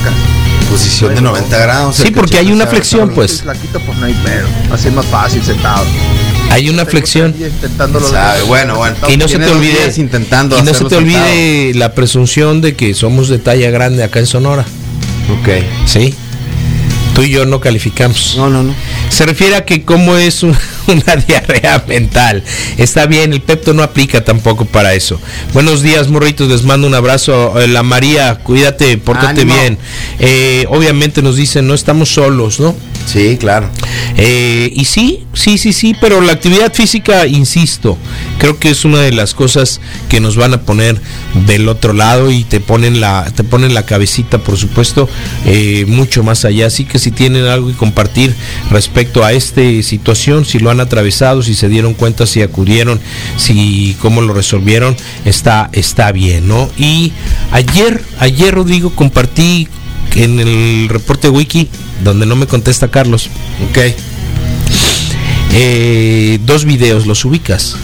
S4: Posición de 90 grados.
S3: Sí,
S4: el
S3: porque hay
S4: cachete
S3: una
S4: se abre
S3: flexión,
S4: solo.
S3: pues.
S5: Flaquito, pues no hay pedo. Así es más fácil sentado.
S3: Hay una flexión.
S5: Y intentándolo de-
S4: Sabe, bueno, bueno.
S3: Y no se
S4: Tiene
S3: te
S4: dos
S3: olvide,
S4: días intentando
S3: y no se
S4: hacerlo
S3: te
S4: sentado.
S3: olvide la presunción de que somos de talla grande acá en Sonora,
S4: Ok.
S3: ¿sí? Tú y yo no calificamos.
S4: No, no, no.
S3: Se refiere a que como es un- una diarrea mental. Está bien, el Pepto no aplica tampoco para eso. Buenos días, morritos, les mando un abrazo. Eh, La María, cuídate, pórtate
S4: Ánimo.
S3: bien. Eh, obviamente nos dicen, no estamos solos, ¿no?
S4: Sí, claro.
S3: Eh, y sí, sí, sí, sí, pero la actividad física, insisto, creo que es una de las cosas que nos van a poner del otro lado y te ponen la, te ponen la cabecita, por supuesto, eh, mucho más allá. Así que si tienen algo que compartir respecto a esta situación, si lo han atravesado, si se dieron cuenta, si acudieron, si cómo lo resolvieron, está, está bien, ¿no? Y ayer, ayer Rodrigo compartí en el reporte wiki donde no me contesta Carlos
S4: Ok.
S3: eh, dos videos, los ubicas.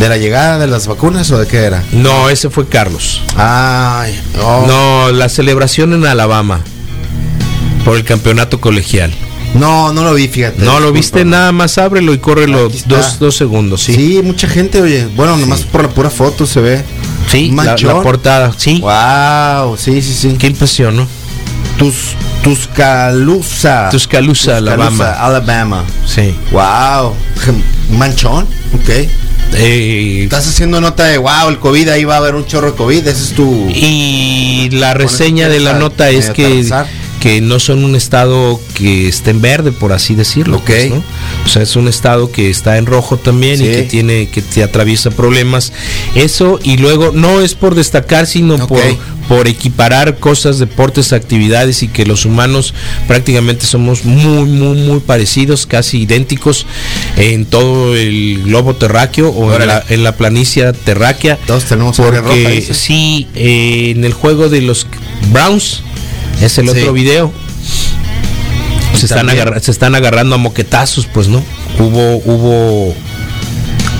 S4: ¿De la llegada de las vacunas o de qué era?
S3: No, ese fue Carlos.
S4: Ay, no. No,
S3: No, la celebración en Alabama por el campeonato colegial.
S4: no, lo vi, fíjate.
S3: No lo
S4: Disculpa.
S3: viste, nada más ábrelo y córrelo
S4: Aquí está.
S3: dos, dos segundos,
S4: Sí.
S3: sí.
S4: mucha gente, oye. Bueno, nomás por la pura foto se ve.
S3: Sí,
S4: Un
S3: la,
S4: manchón.
S3: la portada, sí.
S4: Wow, sí, sí, sí.
S3: Qué impresión, ¿no?
S4: Tus
S3: Ah.
S4: Tuscaloosa.
S3: Tuscaloosa, Alabama.
S4: Alabama.
S3: Sí.
S4: Wow. Un manchón. Ok.
S3: Eh,
S4: Estás haciendo nota de wow, el COVID, ahí va a haber un chorro de COVID. Ese es tu.
S3: y la
S4: Con eso
S3: reseña de la
S4: empieza
S3: nota es
S4: medio
S3: que,
S4: atravesar.
S3: que no son un estado que esté en verde, por así decirlo.
S4: Ok.
S3: pues, ¿no? O sea, es un estado que está en rojo también y
S4: Sí.
S3: que tiene, que te atraviesa problemas. Eso, y luego, no es por destacar, sino
S4: Ok.
S3: por por equiparar cosas, deportes, actividades y que los humanos prácticamente somos muy, muy, muy parecidos, casi idénticos. en todo el globo terráqueo o en la, en la planicie terráquea.
S4: Todos tenemos sobre ropa,
S3: Porque
S4: dice.
S3: sí, eh, en el juego de los Browns, es el
S4: Sí.
S3: otro video, se están,
S4: También.
S3: agarra- se están agarrando a moquetazos, pues no. Hubo, hubo,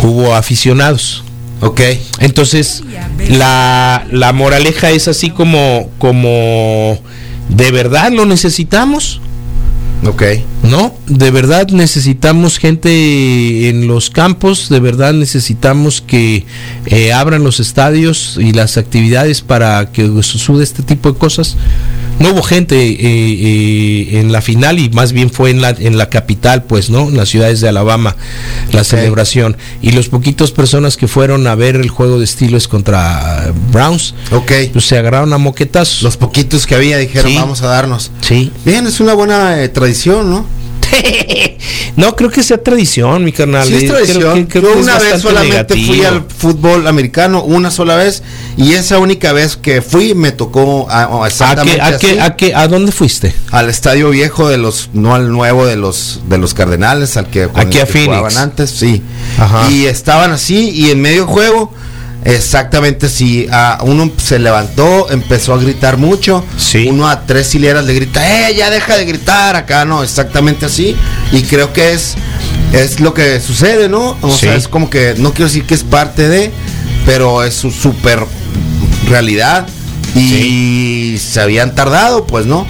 S3: hubo aficionados.
S4: Ok.
S3: Entonces, la, la moraleja es así como, como, ¿de verdad lo necesitamos?
S4: Ok.
S3: No, de verdad necesitamos gente en los campos, de verdad necesitamos que eh, abran los estadios y las actividades para que suceda este tipo de cosas. No hubo gente eh, eh, en la final y más bien fue en la, en la capital, pues, ¿no? En las ciudades de Alabama, la celebración. Y los poquitos personas que fueron a ver el juego de estilos contra Browns,
S4: Ok.
S3: pues se agarraron a moquetazos.
S4: Los poquitos que había dijeron,
S3: Sí.
S4: vamos a darnos.
S3: sí.
S4: Bien, es una buena eh, tradición, ¿no?
S3: no creo que sea tradición, mi carnal. Eh,
S4: Sí, es
S3: Creo
S4: tradición.
S3: que- creo
S4: Yo
S3: que es
S4: una vez
S3: bastante
S4: solamente fui
S3: negativo.
S4: al fútbol americano, una sola vez, y esa única vez que fui me tocó a- a-
S3: ¿A, qué,
S4: exactamente
S3: a, qué-
S4: así,
S3: a qué- a dónde fuiste?
S4: al estadio viejo de los, no al nuevo de los de los Cardenales, al que, con
S3: Aquí
S4: el
S3: a
S4: que
S3: Phoenix.
S4: jugaban antes, sí.
S3: Ajá.
S4: Y estaban así, y en medio juego, exactamente sí, a uno se levantó, empezó a gritar mucho,
S3: Sí.
S4: uno a tres hileras le grita, ¡eh, ya deja de gritar! Acá no, exactamente así. Y creo que es, es lo que sucede, ¿no? O sea,
S3: Sí.
S4: es como que, no quiero decir que es parte de, pero es su super realidad. Y se habían tardado, pues, ¿no?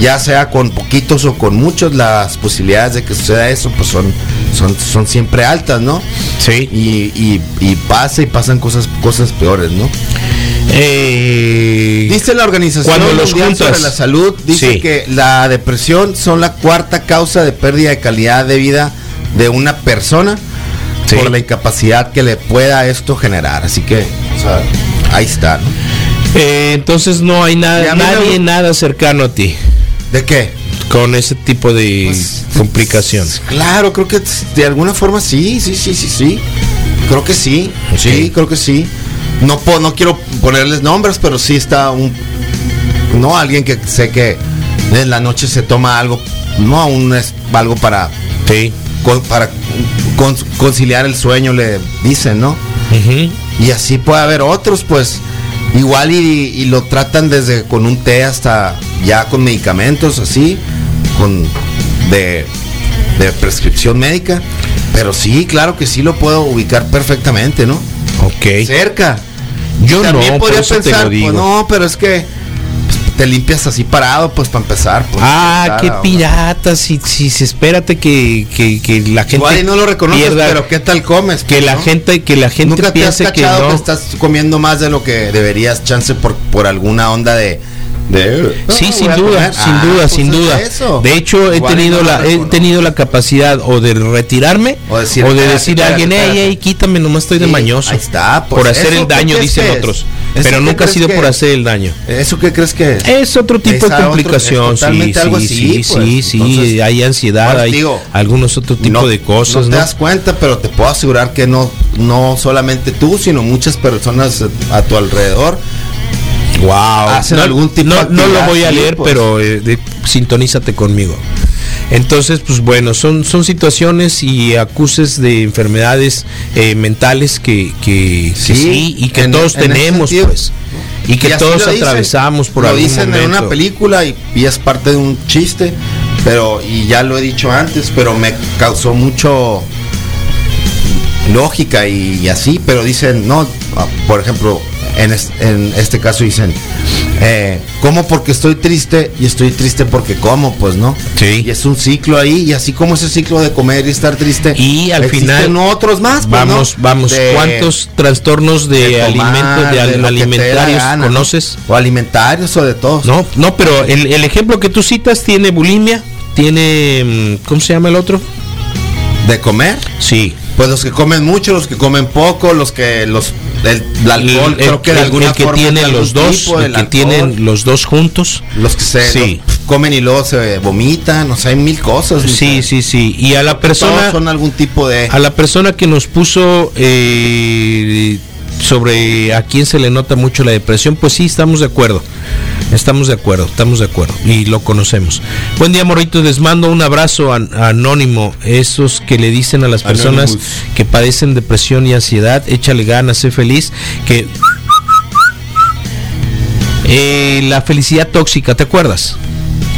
S4: Ya sea con poquitos o con muchos, las posibilidades de que suceda eso, pues son, son, son siempre altas, ¿no?
S3: Sí.
S4: Y, y, y pasa y pasan cosas, cosas peores, ¿no?
S3: Eh,
S4: Dice la organización
S3: Cuando los
S4: Mundial
S3: juntas.
S4: sobre la salud dice
S3: Sí.
S4: que la depresión son la cuarta causa de pérdida de calidad de vida de una persona
S3: Sí.
S4: por la incapacidad que le pueda esto generar. Así que, o sea, ahí está. ¿no?
S3: Eh, entonces no hay
S4: Y
S3: nada,
S4: a mí me
S3: nadie,
S4: gu-
S3: nada cercano a ti
S4: ¿De qué?
S3: con ese tipo de
S4: Pues,
S3: complicación.
S4: Claro, creo que de alguna forma sí, sí, sí, sí, sí. Creo que sí,
S3: Ok.
S4: sí, creo que sí. No, po- no quiero ponerles nombres, pero sí está un... No, alguien que sé que en la noche se toma algo, no, un, es algo para,
S3: Sí.
S4: con- para con- conciliar el sueño, le dicen, ¿no?
S3: Ujú.
S4: Y así puede haber otros, pues igual y, y lo tratan desde con un té hasta ya con medicamentos así, con de, de prescripción médica. Pero sí, claro que sí lo puedo ubicar perfectamente, ¿no?
S3: Ok.
S4: Cerca.
S3: Yo no, por eso te lo digo.
S4: pues no, pero es que pues, te limpias así parado, pues para empezar. pues,
S3: Ah,
S4: para
S3: qué
S4: empezar, ahora.
S3: pirata, si, si, si- espérate que, que, que la gente
S4: Igual y no lo reconoces,
S3: pierda-
S4: pero qué tal comes.
S3: que
S4: pues,
S3: la
S4: ¿no?
S3: gente, que la gente
S4: Nunca te has
S3: piense que
S4: cachado que,
S3: no.
S4: estás comiendo más de lo que deberías, chance por, por alguna onda de. de
S3: Sí,
S4: "Ah,
S3: sin
S4: voy a
S3: duda,
S4: comer".
S3: sin
S4: Ah,
S3: duda,
S4: pues
S3: sin
S4: es
S3: duda.
S4: eso.
S3: De hecho, he
S4: Igual y
S3: tenido
S4: no
S3: la,
S4: lo
S3: he
S4: reconoce.
S3: tenido la capacidad o de retirarme
S4: O
S3: o,
S4: decir,
S3: de
S4: "Espérate,
S3: decir a
S4: espérate,
S3: alguien,
S4: espérate".
S3: ey, ey, quítame, nomás estoy de
S4: Sí,
S3: mañoso.
S4: ahí está, pues,
S3: por hacer
S4: ¿eso
S3: el
S4: qué
S3: daño,
S4: crees
S3: dicen
S4: que es?
S3: otros.
S4: ¿Eso
S3: Pero
S4: qué
S3: nunca ha
S4: crees
S3: sido
S4: que
S3: por
S4: es?
S3: hacer el daño.
S4: ¿Eso qué crees que es?
S3: Es otro tipo
S4: Esa
S3: de
S4: otro-
S3: complicación,
S4: es
S3: sí,
S4: totalmente
S3: sí,
S4: algo
S3: sí,
S4: así, pues.
S3: sí, sí,
S4: Entonces,
S3: hay ansiedad,
S4: bueno,
S3: hay
S4: digo,
S3: algunos otro tipo
S4: No-
S3: de cosas,
S4: No
S3: ¿no?
S4: te das cuenta, pero te puedo asegurar que no, no solamente tú, sino muchas personas a tu alrededor.
S3: Wow.
S4: Ah,
S3: Ah,
S4: hacen
S3: no,
S4: algún tipo
S3: no-
S4: de
S3: no lo
S4: actividad,
S3: voy a
S4: sí,
S3: leer,
S4: pues.
S3: pero eh, de- sintonízate conmigo. Entonces, pues bueno, son, son situaciones y acuses de enfermedades eh, mentales que, que, que
S4: Sí,
S3: sí, y que
S4: en- e-,
S3: todos
S4: en ese
S3: tenemos,
S4: sentido.
S3: pues. Y que
S4: así
S3: todos
S4: lo dicen,
S3: atravesamos por
S4: lo
S3: algún
S4: dicen en
S3: momento.
S4: una película y, y es parte de un chiste pero y ya lo he dicho antes pero me causó mucho lógica y, y así pero dicen no ah, por ejemplo en, es- en este caso dicen eh, como porque estoy triste y estoy triste porque como pues no
S3: Sí.
S4: y es un ciclo ahí y así como ese ciclo de comer y estar triste
S3: Y al
S4: existen
S3: final,
S4: otros más pues, ¿no?
S3: Vamos, vamos,
S4: De-
S3: ¿cuántos trastornos de,
S4: de tomar,
S3: alimentos, de, al-
S4: lo que te dé la
S3: alimentarios
S4: gana, ¿no?
S3: conoces?
S4: O alimentarios o de todos.
S3: No, no, pero el, el ejemplo que tú citas tiene bulimia, tiene, mm, ¿cómo se llama el otro?
S4: ¿De comer?
S3: Sí,
S4: Pues los que comen mucho, los que comen poco, los que los el, el alcohol,
S3: el,
S4: creo que de
S3: el-
S4: alguna
S3: el que
S4: forma es de
S3: tienen
S4: algún
S3: los dos,
S4: tipo,
S3: el
S4: el
S3: que
S4: alcohol,
S3: tienen los dos juntos.
S4: los que se
S3: Sí.
S4: lo- comen y luego se vomitan, o sea, hay mil cosas.
S3: Sí,
S4: mija.
S3: sí, Ah, sí. Y a la
S4: Todos
S3: persona,
S4: son algún tipo de
S3: a la persona que nos puso eh, sobre a quién se le nota mucho la depresión, pues sí, estamos de acuerdo. Estamos de acuerdo, estamos de acuerdo y lo conocemos. Buen día, morritos. Les mando un abrazo an- anónimo. Esos que le dicen a las personas
S4: Anonymous.
S3: que padecen depresión y ansiedad, échale ganas, sé feliz. Que Eh, la felicidad tóxica, ¿te acuerdas?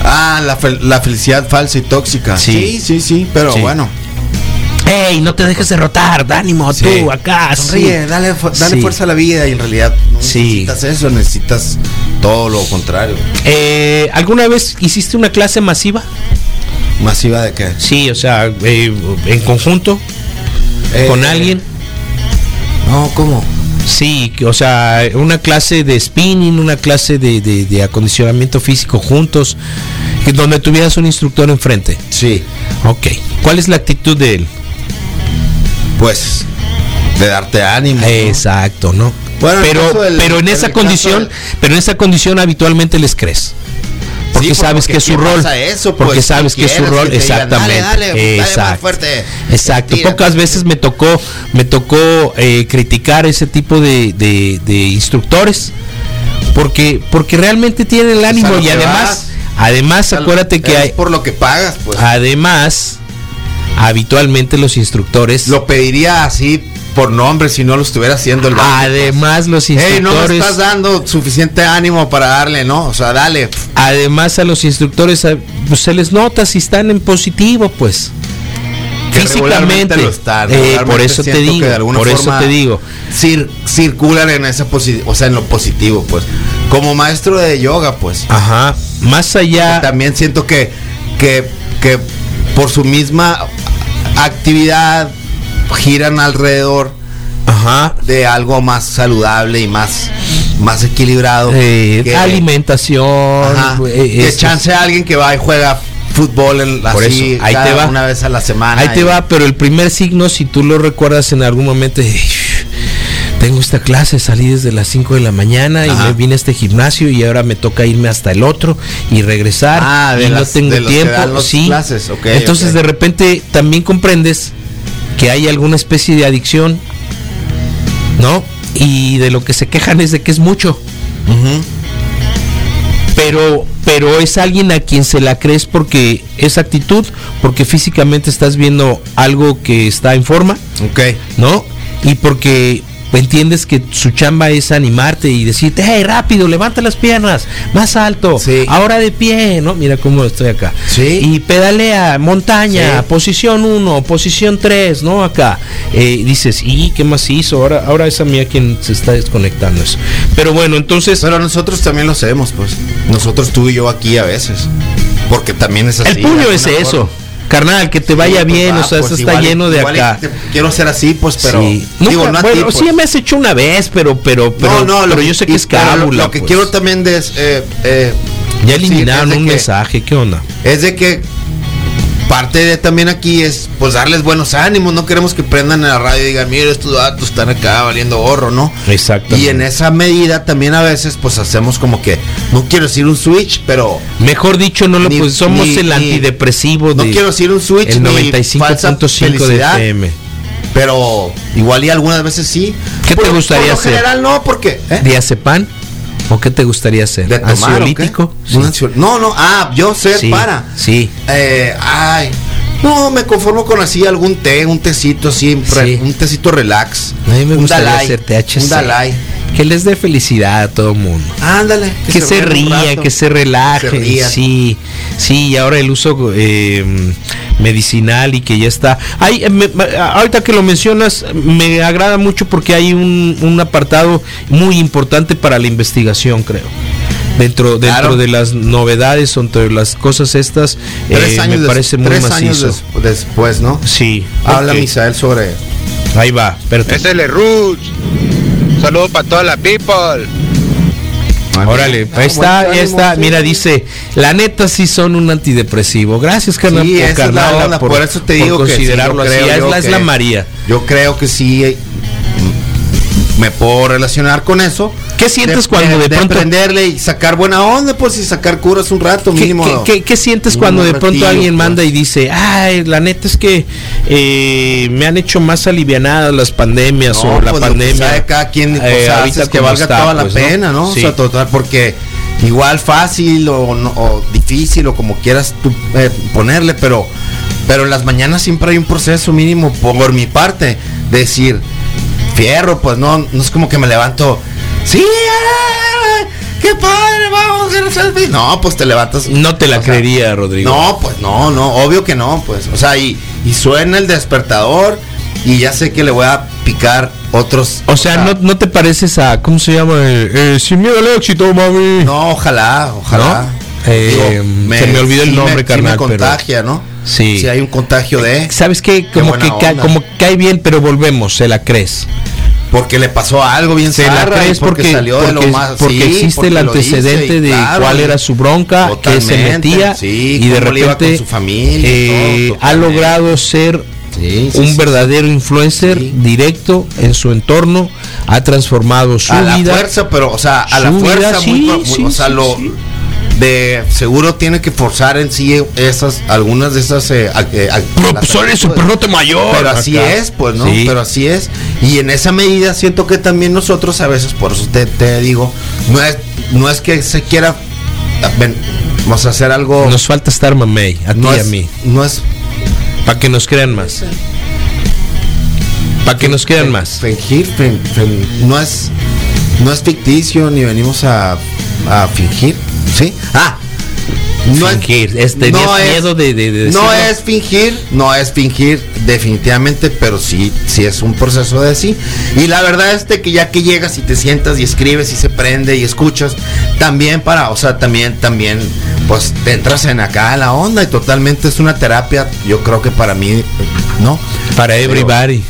S4: Ah, la, fel- la felicidad falsa y tóxica.
S3: Sí.
S4: sí, sí, sí, pero
S3: Sí.
S4: bueno.
S3: ¡Ey! No te dejes derrotar, ánimo
S4: Sí.
S3: tú acá.
S4: Sonríe, dale, fu- dale
S3: Sí.
S4: fuerza a la vida y en realidad no
S3: Sí.
S4: necesitas eso, necesitas todo lo contrario.
S3: Eh, ¿Alguna vez hiciste una clase masiva?
S4: ¿Masiva de qué?
S3: Sí, o sea, eh, en conjunto,
S4: Eh,
S3: con alguien.
S4: No, ¿cómo?
S3: Sí, que- o sea, una clase de spinning, una clase de, de- de acondicionamiento físico juntos, que- donde tuvieras un instructor enfrente.
S4: Sí,
S3: Ok. ¿Cuál es la actitud de él?
S4: pues de darte ánimo. ¿no?
S3: Exacto, ¿no?
S4: Bueno, en el
S3: pero,
S4: caso del-
S3: pero en
S4: en
S3: esa
S4: el caso
S3: condición,
S4: del-
S3: pero en esa condición habitualmente les crees. Porque
S4: Sí,
S3: sabes que es su
S4: ¿quién
S3: rol.
S4: pasa eso,
S3: porque
S4: pues,
S3: sabes
S4: si
S3: que es su
S4: quieres
S3: rol.
S4: te digan,
S3: exactamente.
S4: dale, dale,
S3: exacto.
S4: dale más fuerte.
S3: Exacto.
S4: Estírate.
S3: Pocas veces me tocó, me tocó eh, criticar ese tipo de, de- de instructores. Porque, porque realmente tienen el ánimo.
S4: Pues, lo
S3: y
S4: que
S3: además,
S4: vas.
S3: además, acuérdate que
S4: Es
S3: hay.
S4: Eh,
S3: Ah.
S4: por lo que pagas, pues.
S3: Además, habitualmente los instructores.
S4: Lo pediría así por nombre si no lo estuviera haciendo el vato,
S3: además, Ah, los
S4: pues. Ey,
S3: instructores.
S4: no me estás dando suficiente ánimo para darle, ¿no? O sea, dale.
S3: Además a los instructores a- pues, se les nota si están en positivo, pues.
S4: Que
S3: Físicamente.
S4: regularmente lo están,
S3: Eh,
S4: regularmente
S3: por eso te
S4: siento
S3: digo.
S4: que de alguna
S3: Por eso
S4: forma
S3: te digo.
S4: cir- circulan en esa posi- o sea, en lo positivo, pues. Como maestro de yoga, pues.
S3: Ajá. Más allá.
S4: También siento que, que, que por su misma actividad giran alrededor
S3: Ajá.
S4: de algo más saludable y más, más equilibrado.
S3: eh,
S4: que-
S3: alimentación.
S4: Ajá,
S3: eh,
S4: que
S3: es-
S4: chance a alguien que va y juega fútbol en,
S3: Por
S4: así
S3: eso, ahí
S4: cada
S3: te va.
S4: una vez a la semana.
S3: Ahí te
S4: y-
S3: va, pero el primer signo, si tú lo recuerdas en algún momento, eh, tengo esta clase, salí desde las 5 de la mañana y
S4: Ajá.
S3: me vine a este gimnasio y ahora me toca irme hasta el otro y regresar
S4: Ah, de
S3: y
S4: las- de los que dan los clases, ok,
S3: Entonces
S4: ok.
S3: de repente también comprendes que hay alguna especie de adicción, ¿no? Y de lo que se quejan es de que es mucho. Pero, pero es alguien a quien se la crees porque esa actitud, porque físicamente estás viendo algo que está en forma,
S4: Ok.
S3: ¿no? Y porque entiendes que su chamba es animarte y decirte, hey, rápido, levanta las piernas, más alto,
S4: Sí.
S3: ahora de pie, ¿no? Mira cómo estoy acá.
S4: Sí.
S3: Y pedalea, montaña,
S4: Sí.
S3: posición 1, posición 3, ¿no? Acá. Eh, dices, ¿y qué más hizo? Ahora, ahora es a mí a quien se está desconectando eso. Pero bueno, entonces...
S4: Pero nosotros también lo hacemos, pues. Nosotros tú y yo aquí a veces. Porque también es así.
S3: El puño
S4: pues de
S3: es
S4: alguna
S3: eso.
S4: forma.
S3: Carnal, que te vaya
S4: Sí, pues,
S3: bien,
S4: va,
S3: o sea,
S4: pues,
S3: eso está
S4: igual-
S3: lleno de
S4: igual este y
S3: acá.
S4: te- quiero ser así, pues, pero.
S3: Sí. Nunca-
S4: digo, no a ti,
S3: bueno,
S4: pues.
S3: sí me has hecho una vez, pero, pero, pero, pero yo sé que
S4: y-
S3: es
S4: pero lo-
S3: cábula.
S4: Lo que
S3: pues.
S4: quiero también de es. eh, eh,
S3: Ya
S4: sí,
S3: eliminaron
S4: es de
S3: un
S4: que-
S3: mensaje, ¿qué onda?
S4: Es de que parte de también aquí es pues darles buenos ánimos. No queremos que prendan en la radio y digan, mira, estos datos están acá valiendo gorro, ¿no?
S3: Exactamente.
S4: Y en esa medida también a veces pues hacemos como que, no quiero decir un switch, pero
S3: Mejor dicho, no lo
S4: Ni-
S3: pues, somos
S4: ni-
S3: el
S4: ni-
S3: antidepresivo
S4: no
S3: de
S4: quiero decir un switch
S3: el
S4: ni falsa
S3: 95.5 de
S4: felicidad,
S3: FM.
S4: Pero igual y algunas veces sí.
S3: ¿Qué te gustaría
S4: por lo
S3: hacer?
S4: general no, porque... ¿eh?
S3: ¿Diazepam? ¿O qué te gustaría hacer?
S4: ¿De tomar o qué?
S3: ¿Ansiolítico? Sí.
S4: Un ansio- No, no, ah, yo sé,
S3: Sí,
S4: para.
S3: sí.
S4: Eh, ay, no, me conformo con así algún té, un tecito así, re-
S3: Sí.
S4: un tecito relax.
S3: A mí me
S4: un
S3: gustaría
S4: Dalai,
S3: hacer THC.
S4: Un Dalai.
S3: Que les dé felicidad a todo mundo.
S4: Ándale.
S3: que, se,
S4: rían un
S3: ría,
S4: rato.
S3: que se relaje.
S4: Se rían.
S3: sí, sí, y ahora el uso eh, medicinal y que ya está. Hay, eh, me- me- ahorita que lo mencionas, me agrada mucho porque hay un, un apartado muy importante para la investigación, creo. Dentro, dentro
S4: Claro.
S3: de las novedades, entre las cosas estas,
S4: Tres
S3: eh,
S4: años,
S3: me
S4: des-
S3: parece muy
S4: tres años
S3: macizo.
S4: des- después, ¿no?
S3: Sí,
S4: Habla
S3: ok.
S4: Misael sobre...
S3: Ahí va, espérate.
S6: Ese es el Ruch. Saludos para toda la people.
S3: Órale, ahí está, ahí está. Mira, dice, la neta sí son un antidepresivo. Gracias, carna-
S4: Sí, esa es la
S3: carnala,
S4: onda, por eso te digo que sí,
S3: considerarlo
S4: yo
S3: así.
S4: creo
S3: Es
S4: yo
S3: la, es
S4: que-
S3: la María.
S4: Yo creo que sí eh, me puedo mm, relacionar con eso,
S3: ¿Qué sientes cuando de, pronto...
S4: prenderle y sacar buena onda, pues, y sacar curas un rato
S3: ¿Qué-
S4: mínimo.
S3: qué, qué- qué sientes
S4: mínimo
S3: cuando de
S4: un
S3: pronto
S4: ratillo,
S3: alguien
S4: pues.
S3: manda y dice, ay, la neta es que eh, me han hecho más alivianadas las pandemias
S4: No,
S3: o la
S4: pues, lo que
S3: pandemia?
S4: sabe cada quien
S3: eh,
S4: o sea,
S3: ahorita
S4: haces que
S3: como
S4: valga
S3: está,
S4: toda la
S3: pues, ¿no?
S4: pena, ¿no?
S3: Sí.
S4: O sea, total, porque igual fácil o, no- o difícil o como quieras tú eh, ponerle, pero pero en las mañanas siempre hay un proceso mínimo por mi parte, decir, fierro, pues no, no es como que me levanto, sí, eh, qué padre, vamos a hacer selfie". No, pues te levantas
S3: No te la
S4: o sea,
S3: creería, Rodrigo.
S4: no, pues no, no, obvio que no, pues. O sea, y, y suena el despertador y ya sé que le voy a picar otros.
S3: O sea, no, no te pareces a, ¿cómo se llama? Eh, eh, sin miedo al éxito, mami.
S4: No, ojalá, ojalá.
S3: ¿No? Eh, se me olvidó el
S4: sí
S3: nombre,
S4: sí
S3: carnal,
S4: me
S3: pero-
S4: contagia, ¿no?
S3: Sí.
S4: Si hay un contagio de.
S3: ¿Sabes qué?
S4: Qué
S3: Como
S4: buena
S3: que, ca-
S4: onda.
S3: como cae bien, pero volvemos, se la crees.
S4: Porque le pasó algo bien
S3: Se la
S4: zarra y
S3: crees porque, porque- porque
S4: sí,
S3: existe el
S4: porque lo dice,
S3: antecedente
S4: y
S3: de
S4: claro,
S3: cuál era su bronca, que se
S4: totalmente,
S3: metía
S4: sí,
S3: y de
S4: cómo le iba
S3: repente
S4: con su familia y
S3: eh,
S4: todo,
S3: ha
S4: totalmente.
S3: logrado ser
S4: Sí, sí,
S3: un
S4: sí,
S3: verdadero influencer
S4: Sí.
S3: directo en su entorno, ha transformado su
S4: a la
S3: vida.
S4: fuerza, pero, o sea, a la
S3: Su vida,
S4: fuerza, muy-
S3: sí,
S4: muy-
S3: sí,
S4: o sea,
S3: sí,
S4: lo
S3: sí.
S4: de seguro tiene que forzar en sí esas, algunas de esas. eh, ac- eh, ac-
S3: pues,
S4: las-
S3: mayor.
S4: Pero así
S3: acá.
S4: es, pues, ¿no?
S3: Sí.
S4: Pero así es. Y en esa medida siento que también nosotros a veces, por eso te, te digo, no es, no es que se quiera. ven, vamos a hacer algo.
S3: Nos falta estar mamey, a ti
S4: no
S3: y a
S4: es-
S3: mí,
S4: No es
S3: para que nos crean más. Para que nos crean
S4: Fen-
S3: más.
S4: Fingir, fin- fin- no es no es ficticio ni venimos a, a fingir, ¿sí? Ah, no es-
S3: Fingir, es- tenías miedo de- de- de
S4: no
S3: decirlo.
S4: es fingir, no es fingir definitivamente, pero sí, sí es un proceso de sí. Y la verdad es de que ya que llegas y te sientas y escribes y se prende y escuchas, también para, o sea, también, también, pues te entras en acá a la onda y totalmente es una terapia, yo creo que para mí, ¿no?
S3: Para
S4: Pero-
S3: everybody.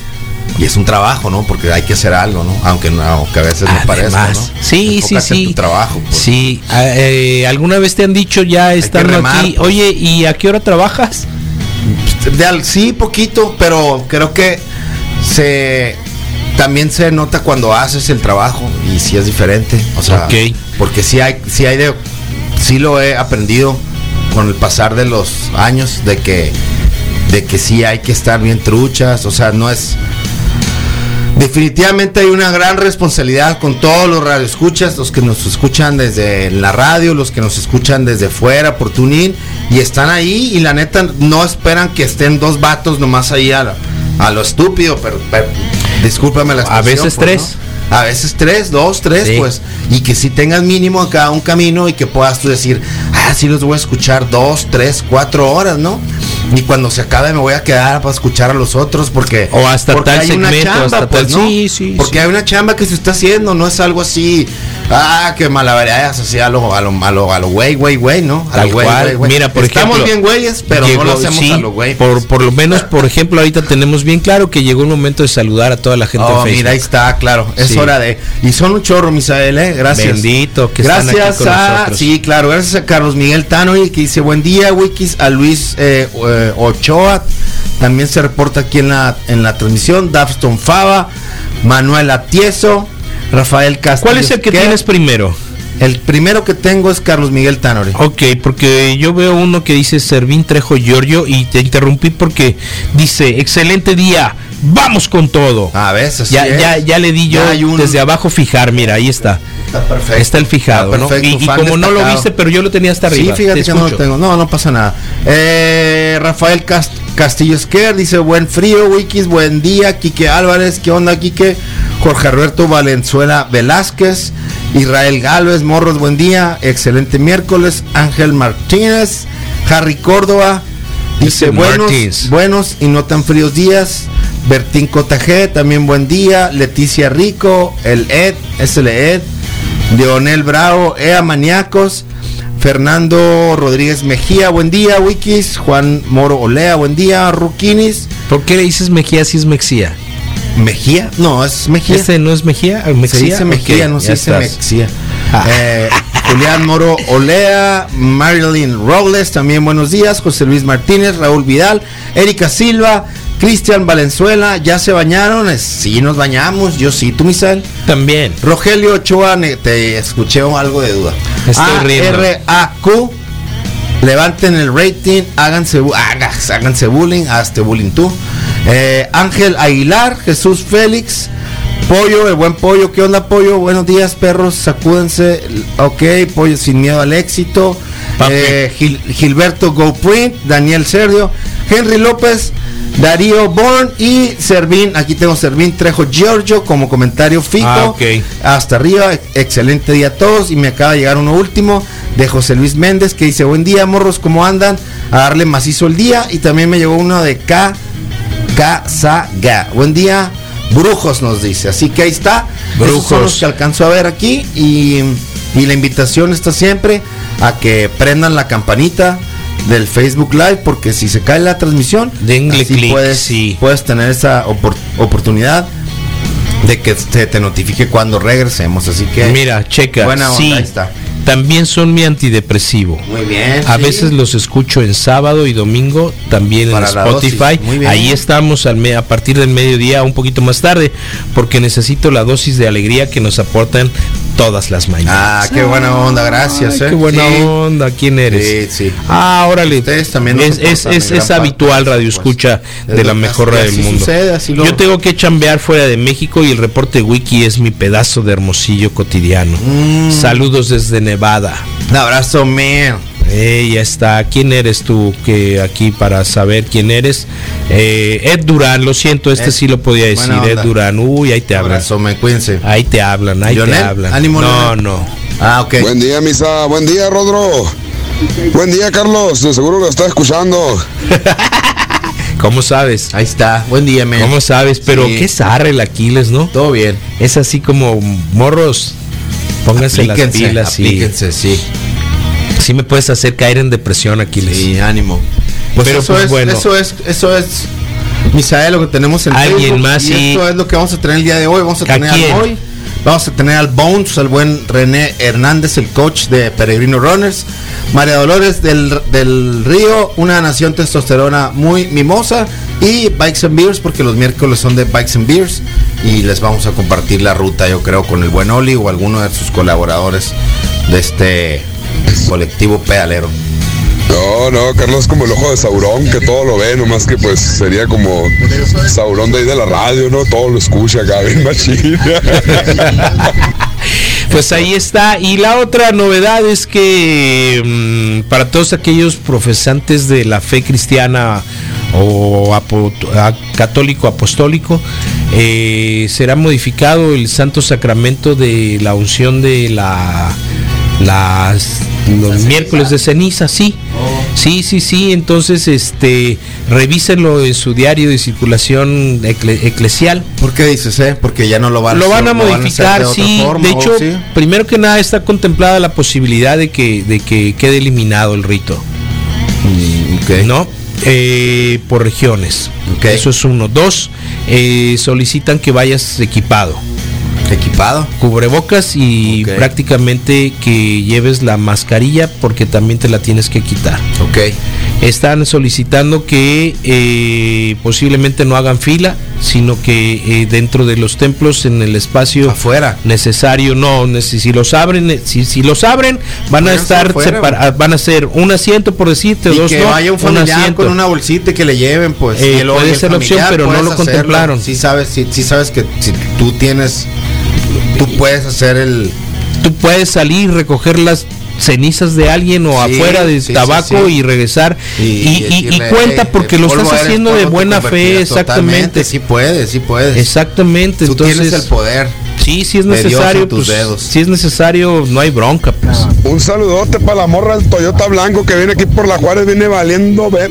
S4: y es un trabajo, ¿no? Porque hay que hacer algo, ¿no? Aunque, no- aunque a veces no parezca, ¿no?
S3: Además, sí, sí,
S4: Enfócate en
S3: sí.
S4: tu trabajo. pues.
S3: Sí, a- eh, alguna vez te han dicho ya estando
S4: remar,
S3: aquí,
S4: pues.
S3: oye, ¿y a qué hora trabajas?
S4: De al- sí, poquito, pero creo que se también se nota cuando haces el trabajo y si es diferente, o sea,
S3: Ok.
S4: porque sí hay sí hay de sí lo he aprendido con el pasar de los años de que de que sí hay que estar bien truchas, o sea, no es Definitivamente hay una gran responsabilidad con todos los radioescuchas, los que nos escuchan desde la radio, los que nos escuchan desde fuera por TuneIn y están ahí y la neta no esperan que estén dos vatos nomás ahí a, lo- a lo estúpido, pero, pero discúlpame la
S3: A
S4: expresión,
S3: veces
S4: pues,
S3: tres.
S4: ¿no? A veces tres, dos, tres,
S3: Sí.
S4: pues. Y que si tengas mínimo acá un camino y que puedas tú decir, ah, sí los voy a escuchar dos, tres, cuatro horas, ¿no? Y cuando se acabe me voy a quedar para escuchar a los otros porque
S3: O hasta
S4: porque
S3: tal
S4: hay una
S3: segmento,
S4: chamba,
S3: hasta
S4: pues,
S3: tal-
S4: ¿no?
S3: sí, sí,
S4: Porque
S3: sí.
S4: hay una chamba que se está haciendo, no es algo así, ah, que malabareas así a lo, a lo, a lo, a lo güey, güey, güey, ¿no? A
S3: Tal
S4: lo güey,
S3: cual.
S4: güey, güey.
S3: Mira, por
S4: Estamos
S3: ejemplo,
S4: bien güeyes, pero
S3: llegó-
S4: no lo hacemos
S3: sí,
S4: a lo güey.
S3: Por,
S4: pues.
S3: por lo menos, por ejemplo, ahorita tenemos bien claro que llegó el momento de saludar a toda la gente
S4: Oh,
S3: en Facebook.
S4: mira, ahí está, claro. Es
S3: Sí.
S4: hora de. Y son un chorro, Misael, ¿eh? Gracias.
S3: Bendito que están
S4: Gracias
S3: aquí con
S4: a.
S3: nosotros.
S4: Sí, claro. Gracias a Carlos Miguel Tano y que dice buen día, Wikis. A Luis eh, eh, Ochoa. También se reporta aquí en la, en la transmisión. Dafton Fava. Manuel Atieso. Rafael Castillo.
S3: ¿Cuál es el que
S4: Esquer.
S3: tienes primero?
S4: El primero que tengo es Carlos Miguel Tanori.
S3: Ok, porque yo veo uno que dice Servín Trejo Giorgio y te interrumpí porque dice, excelente día, vamos con todo.
S4: A veces.
S3: ya, ya, ya le di yo
S4: Ah, Ya hay un-
S3: desde abajo fijar, mira, ahí está.
S4: Está perfecto.
S3: Está el fijado,
S4: Está
S3: ¿no?
S4: Ah, perfecto,
S3: Y- y,
S4: fan
S3: como no lo
S4: destacado.
S3: viste, pero yo lo tenía hasta arriba.
S4: Sí, fíjate
S3: te
S4: que no lo
S3: escucho.
S4: tengo. No, no pasa nada. Eh, Rafael Cast- Castillo Esquer dice: Buen frío, Wikis, buen día. Quique Álvarez, ¿qué onda, Quique? Jorge Alberto Valenzuela Velázquez, Israel Galvez, Morros, buen día. Excelente miércoles. Ángel Martínez, Harry Córdoba. Dice
S3: Ese
S4: buenos,
S3: Martins.
S4: buenos y no tan fríos días. Bertín Cotajé, también buen día. Leticia Rico, el Ed, SL Ed, Leonel Bravo, Ea Maniacos, Fernando Rodríguez Mejía, buen día, Wikis, Juan Moro Olea, buen día, Ruquinis,
S3: ¿Por qué le dices Mejía si es Mexía?
S4: Mejía, no, es Mejía.
S3: ¿Este no es Mejía? ¿Mexía?
S4: se dice Mejía,
S3: Ok,
S4: no se
S3: ya
S4: dice
S3: estás. Ah.
S4: Mexía. Eh, Julián Moro Olea, Marilyn Robles, también buenos días, José Luis Martínez, Raúl Vidal, Erika Silva, Cristian Valenzuela, ¿ya se bañaron? Eh, Sí, nos bañamos. Yo sí, tú, Misael.
S3: También.
S4: Rogelio Ochoa, ne- te escuché algo de duda.
S3: Estoy
S4: A
S3: riendo.
S4: R A Q. Levanten el rating, háganse, bu- hagas- háganse bullying, hazte bullying tú. Eh, Ángel Aguilar, Jesús Félix, Pollo, el buen Pollo, ¿qué onda Pollo? Buenos días perros, sacúdense, ok, Pollo sin miedo al éxito.
S3: Papi.
S4: Eh, Gil- Gilberto GoPrint, Daniel Sergio, Henry López, Darío Born y Servín, aquí tengo Servín Trejo Giorgio como comentario fijo.
S3: Ah, ok.
S4: Hasta arriba, ex- excelente día a todos. Y me acaba de llegar uno último de José Luis Méndez que dice: Buen día, morros, ¿cómo andan? A darle macizo el día. Y también me llegó uno de K. Casaga. Buen día, brujos, nos dice. Así que ahí está.
S3: Brujos.
S4: Esos son los que alcanzó a ver aquí. Y, y la invitación está siempre a que prendan la campanita del Facebook Live porque si se cae la transmisión,
S3: Denle
S4: así
S3: click,
S4: puedes,
S3: sí.
S4: puedes tener esa opor- oportunidad de que se te notifique cuando regresemos. Así que
S3: Mira, checa.
S4: Buena onda,
S3: sí,
S4: ahí está.
S3: También son mi antidepresivo.
S4: Muy bien.
S3: A
S4: sí.
S3: veces los escucho en sábado y domingo, también
S4: Para
S3: en
S4: la
S3: Spotify.
S4: dosis, muy bien.
S3: Ahí estamos al me- a partir del mediodía, un poquito más tarde, porque necesito la dosis de alegría que nos aportan todas las mañanas.
S4: Ah, qué buena onda, gracias.
S3: Ay,
S4: eh.
S3: qué buena
S4: Sí.
S3: onda, ¿quién eres?
S4: Sí, sí.
S3: Ah, órale.
S4: Ustedes también nos
S3: es, es,
S4: aportan
S3: es,
S4: gran
S3: es
S4: parte,
S3: habitual
S4: por
S3: radio
S4: supuesto.
S3: escucha
S4: Es
S3: de la
S4: lo que
S3: mejor
S4: así-
S3: radio del
S4: así
S3: mundo.
S4: sucede, así lo-
S3: Yo tengo que chambear fuera de México y el reporte wiki es mi pedazo de hermosillo cotidiano.
S4: Mm.
S3: Saludos desde Nevada.
S4: Un abrazo, man.
S3: Eh, ya está. ¿Quién eres tú que aquí para saber quién eres? Eh, Ed Durán, lo siento, este
S4: Ed,
S3: sí lo podía
S4: Eh, buena
S3: decir. Ed
S4: onda.
S3: Durán, uy, ahí te hablan.
S4: Abrazo, man, cuídense.
S3: Ahí te hablan, ahí te
S4: Lionel,
S3: hablan.
S4: ánimo,
S3: no,
S4: Lionel.
S3: no.
S4: Ah, ok.
S7: Buen día, misa. Buen día, Rodro. Buen día, Carlos. De seguro lo está escuchando.
S3: ¿Cómo sabes?
S4: Ahí está. Buen día, man.
S3: ¿Cómo sabes? Pero
S4: Sí.
S3: qué zarra el Aquiles, ¿no?
S4: Todo bien.
S3: Es así como morros. Pónganse las pilas
S4: aplíquense, sí.
S3: y sí me puedes hacer caer en depresión, Aquiles.
S4: Sí, ánimo. Pues
S3: Pero,
S4: eso
S3: pues,
S4: es,
S3: bueno.
S4: eso es, eso es, Misael, lo que tenemos en
S3: Alguien
S4: Facebook,
S3: más,
S4: y
S3: sí.
S4: esto es lo que vamos a tener el día de hoy. Vamos a
S3: ¿A
S4: tener al
S3: quién?
S4: hoy. Vamos a tener al Bones, al buen René Hernández, el coach de Peregrino Runners. María Dolores del, del Río, una nación testosterona muy mimosa. Y Bikes and Beers, porque los miércoles son de Bikes and Beers. Y les vamos a compartir la ruta, yo creo, con el buen Oli o alguno de sus colaboradores de este colectivo pedalero.
S7: No, no, Carlos es como el ojo de Saurón, que todo lo ve, nomás que pues sería como Saurón de ahí de la radio, ¿no? Todo lo escucha acá, bien machín.
S3: Pues ahí está. Y la otra novedad es que mm, para todos aquellos profesantes de la fe cristiana o apo- a- católico apostólico, eh, será modificado el santo sacramento de la unción de la las los miércoles de ceniza, sí. Sí, sí, sí, entonces este revísenlo en su diario de circulación ecle- eclesial.
S4: ¿Por qué dices, eh? Porque ya no lo van
S3: lo van a
S4: hacer- lo
S3: modificar,
S4: hacer de otra
S3: sí.
S4: forma,
S3: de
S4: o
S3: hecho,
S4: sí.
S3: primero que nada está contemplada la posibilidad de que, de que quede eliminado el rito,
S4: Mm,
S3: ¿no? Eh, por regiones.
S4: Ok.
S3: Eso es uno. Dos, eh, solicitan que vayas equipado.
S4: Equipado.
S3: Cubrebocas y
S4: Ok.
S3: prácticamente que lleves la mascarilla porque también te la tienes que quitar
S4: Ok.
S3: Este están solicitando que eh, posiblemente no hagan fila, sino que eh, dentro de los templos, en el espacio
S4: Afuera.
S3: necesario, no, neces- si los abren, eh, si, si los abren, van a
S4: Pónganse
S3: estar
S4: afuera,
S3: separa- ah, van a ser un asiento por decirte,
S4: Y
S3: dos
S4: que
S3: no,
S4: vaya un familiar
S3: asiento.
S4: con una bolsita y que le lleven, pues.
S3: Eh,
S4: y el-
S3: puede
S4: y el
S3: ser la opción,
S4: familiar
S3: pero no
S4: puedes
S3: lo contemplaron.
S4: Sí sabes, sí, sí sabes que si tú tienes, tú puedes hacer el...
S3: Tú puedes salir, recoger las cenizas de alguien o
S4: Sí,
S3: afuera de
S4: sí, sí,
S3: tabaco
S4: sí.
S3: y regresar y,
S4: y-
S3: y- y
S4: decirle,
S3: cuenta
S4: "Hey,
S3: porque
S4: de
S3: lo
S4: polvo
S3: estás
S4: eres,
S3: haciendo de
S4: polvo te
S3: buena fe,
S4: convertirás totalmente,
S3: exactamente,
S4: Sí puedes, sí puedes.
S3: exactamente,
S4: Tú
S3: entonces
S4: tienes el poder.
S3: Sí, sí es
S4: de Dios en
S3: necesario.
S4: tus
S3: pues,
S4: dedos.
S3: Si es necesario, no hay bronca. Pues.
S7: Un saludote para la morra del Toyota Blanco que viene aquí por la Juárez, viene valiendo ver.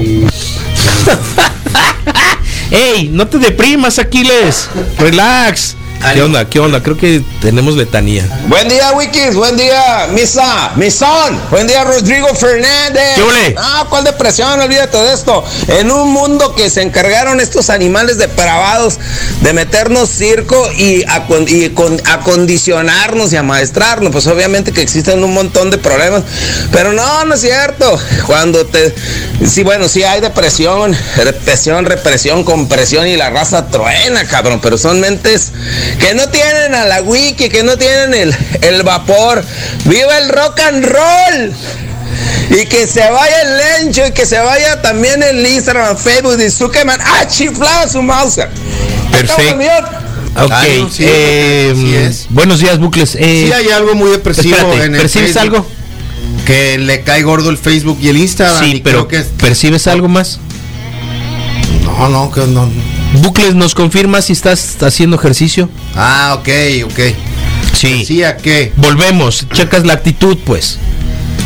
S3: ¡Ey! No te deprimas, Aquiles. Relax. ¿Qué onda? ¿Qué onda? Creo que tenemos letanía.
S8: Buen día, Wikis. Buen día, Misa. Misón. Buen día, Rodrigo Fernández.
S3: ¿Qué ole?
S8: Ah, cuál depresión, olvídate de esto. En un mundo que se encargaron estos animales depravados de meternos circo y, acon- y con- acondicionarnos y amaestrarnos, pues obviamente que existen un montón de problemas. Pero no, no es cierto. Cuando te. Sí, bueno, sí hay depresión, represión, represión, compresión y la raza truena, cabrón. Pero son mentes que no tienen a la wiki, que no tienen el, el vapor. ¡Viva el rock and roll! Y que se vaya el Lencho y que se vaya también el Instagram, Facebook y Zuckerman a chiflar a su mouse.
S3: Perfecto. Ok.
S4: Claro, sí,
S3: eh,
S4: así es.
S3: Buenos días, Bucles. Eh,
S4: Sí hay algo muy depresivo
S3: espérate,
S4: en el
S3: ¿Percibes
S4: Facebook,
S3: algo?
S4: Que le cae gordo el Facebook y el Instagram.
S3: Sí,
S4: y
S3: pero
S4: creo que es-
S3: ¿percibes algo más?
S4: No, no, que no.
S3: Bucles, ¿nos confirma si estás haciendo ejercicio?
S4: Ah, ok, ok.
S3: Sí.
S4: Sí, a qué?
S3: Volvemos, checas la actitud, pues.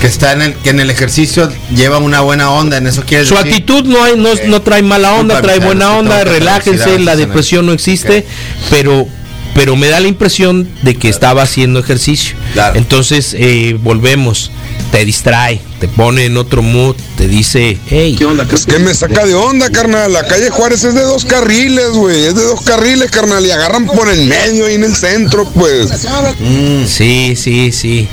S4: Que está en el, que en el ejercicio lleva una buena onda, en eso quiere
S3: Su
S4: decir.
S3: actitud no, hay, no, no trae mala onda,
S4: Disculpa,
S3: trae
S4: Milagros,
S3: buena
S4: que
S3: onda,
S4: tengo que
S3: relájense,
S4: velocidad,
S3: la
S4: Susana.
S3: depresión no existe,
S4: Ok.
S3: pero pero me da la impresión de que estaba haciendo ejercicio.
S4: Claro.
S3: Entonces, eh, volvemos, te distrae, te pone en otro mood, te dice, hey,
S7: Es que me saca de onda, carnal. La calle Juárez es de dos carriles, güey. Es de dos carriles, carnal. Y agarran por el medio ahí en el centro, pues.
S3: sí, sí, sí.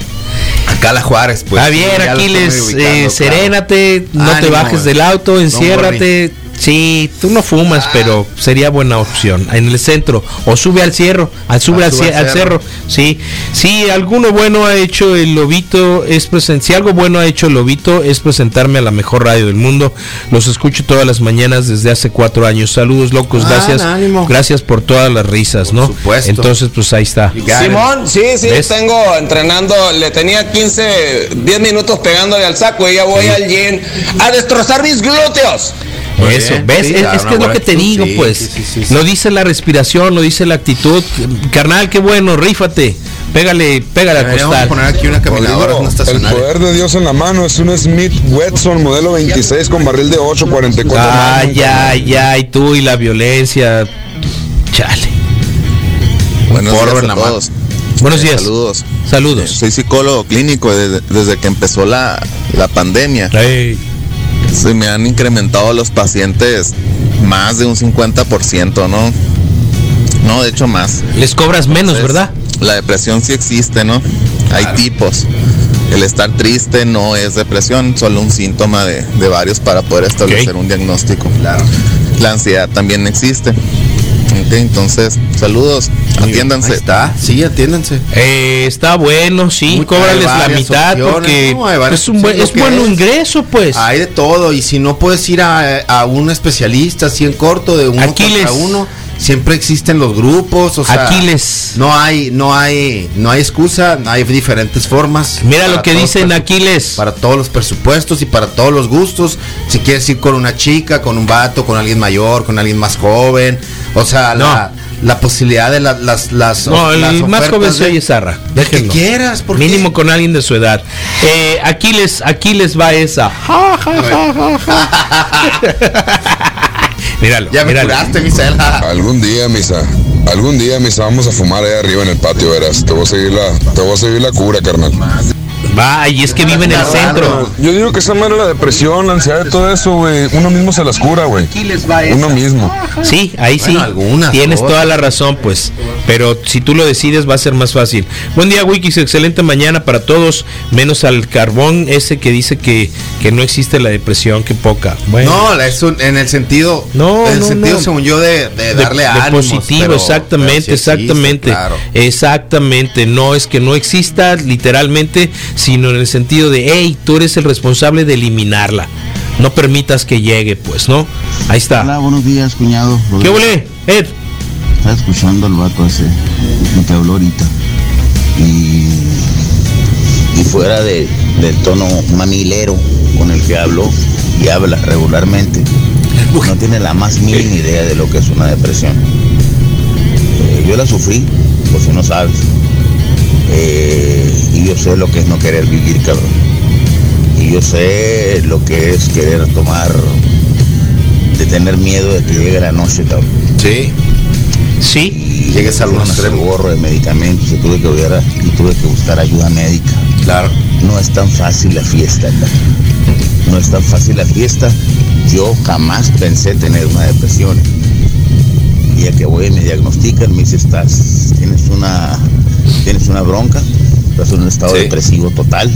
S4: Acá la Juárez, pues.
S3: Está Ah, bien,
S4: Ya lo estoy
S3: Aquiles,
S4: ubicando,
S3: eh,
S4: claro.
S3: serénate, no te
S4: Ánimo, eh.
S3: bajes
S4: güey.
S3: del auto,
S4: Don't
S3: enciérrate. Sí, tú no fumas, pero
S4: Ah.
S3: sería buena opción. En el centro, o sube al cierro, al sube
S4: Ah,
S3: al,
S4: sube
S3: cie-
S4: al
S3: al cerro.
S4: cerro.
S3: Sí, sí, alguno bueno ha hecho el Lobito, es presen- si algo bueno ha hecho el Lobito es presentarme a la mejor radio del mundo. Los escucho todas las mañanas desde hace cuatro años. Saludos, locos,
S4: Ah,
S3: gracias.
S4: ánimo.
S3: Gracias por todas las risas,
S4: Por
S3: ¿no?
S4: supuesto.
S3: Entonces, pues ahí está.
S4: You got it.
S8: Simón, sí, sí,
S3: ¿Ves?
S8: tengo entrenando, le tenía 15, 10 minutos pegándole al saco y ya voy al gym a destrozar mis glúteos.
S4: Muy
S3: pues, Eso,
S4: bien,
S3: ¿ves?
S4: sí,
S3: es,
S4: claro,
S3: es que es lo
S4: buena
S3: que te
S4: actitud,
S3: digo,
S4: sí,
S3: pues.
S4: sí, sí, sí, sí.
S3: Lo dice la respiración, lo dice la actitud. Carnal, qué bueno, rífate. Pégale, pégale al
S4: Deberíamos
S3: costal.
S4: poner aquí una caminadora no
S7: el
S4: estacionaria.
S7: poder de Dios en la mano es un Smith Wesson modelo 26 con barril de 844.
S3: Ay, ay, ay, tú y la violencia. Chale.
S9: Buenos
S4: Porro
S9: días
S4: en
S9: a
S4: la mano.
S9: todos. Eh,
S3: Buenos días.
S9: Saludos.
S3: Saludos.
S9: Soy psicólogo clínico desde, desde que empezó la, la pandemia.
S3: Ey,
S9: Se me han incrementado los pacientes más de un 50%, ¿no? No, de hecho más.
S3: Les cobras menos,
S9: Entonces,
S3: ¿verdad?
S9: La depresión sí existe, ¿no? Hay tipos. El estar triste no es depresión, solo un síntoma de, de varios para poder establecer un diagnóstico. Claro. La ansiedad también existe. Ok, entonces, saludos,
S4: Ahí
S9: atiéndanse.
S4: está, sí, atiéndanse.
S3: Eh, está bueno, sí.
S4: Muy-
S3: cóbrales la
S4: hay varias
S3: mitad
S4: opciones,
S3: porque
S4: ¿no? Hay varias-
S3: es un buen,
S4: sí, lo
S3: es
S4: que
S3: buen
S4: es.
S3: ingreso, pues.
S4: Hay de todo, y si no puedes ir a, a un especialista así en corto, de uno
S3: Aquiles.
S4: contra uno, siempre existen los grupos, o sea,
S3: Aquiles.
S4: no hay, no hay, no hay excusa, hay diferentes formas.
S3: Mira
S4: para
S3: lo que
S4: todos pues.
S3: dicen
S4: presu-
S3: Aquiles.
S4: Para todos los presupuestos y para todos los gustos, si quieres ir con una chica, con un vato, con alguien mayor, con alguien más joven, o sea, la, la posibilidad de la- las, las,
S3: No,
S4: las
S3: el más
S4: ofertas
S3: joven
S4: de-
S3: soy Zarra.
S4: del que
S3: déjenlo.
S4: quieras, ¿por qué?
S3: Mínimo con alguien de su edad. Eh, aquí, les, aquí les va esa. Ja, ja, ja, ja, ja. míralo.
S4: Ya me
S3: míralo.
S4: curaste, Misael.
S7: Algún día, misa. Algún día, misa, vamos a fumar ahí arriba en el patio, verás. Te voy a seguir la, te voy a seguir la cura, carnal.
S3: Va, y es que vive en el centro.
S7: Yo digo que esa madre la depresión, la ansiedad, todo eso, güey. Uno mismo se las cura, güey. Uno mismo.
S3: Sí, ahí sí.
S4: Bueno, algunas
S3: Tienes
S4: cosas.
S3: toda la razón, pues. Pero si tú lo decides, va a ser más fácil. Buen día, Wikis. Excelente mañana para todos. Menos al carbón ese que dice que, que no existe la depresión. Qué poca. Bueno.
S4: No, la- es un- en el sentido,
S3: No,
S4: en el
S3: no,
S4: sentido
S3: no.
S4: según yo de, de
S3: de-
S4: darle
S3: de
S4: a
S3: positivo, exactamente, exactamente, exactamente. No es que no exista literalmente, sino en el sentido de, hey, tú eres el responsable de eliminarla. No permitas que llegue, pues, ¿no? Ahí está.
S10: buenos días, cuñado.
S3: ¿Qué huele, Ed?
S10: Estaba escuchando al vato ese que habló ahorita. Y, y fuera de- del tono mamilero con el que habló y habla regularmente, no tiene la más mínima idea de lo que es una depresión. Eh, yo la sufrí, por si no sabes. Eh, y yo sé lo que es no querer vivir, cabrón. Y yo sé lo que es querer tomar, de tener miedo de que llegue la noche, cabrón.
S4: Sí.
S3: Sí,
S10: Y
S4: llegues a algún extremo.
S10: gorro de medicamentos, yo tuve que ver y tuve que buscar ayuda médica.
S4: Claro.
S10: No es tan fácil la fiesta, hermano. No es tan fácil la fiesta. Yo jamás pensé tener una depresión. Y ya que voy y me diagnostican, me dice, estás, tienes una, tienes una bronca, estás en un estado depresivo total.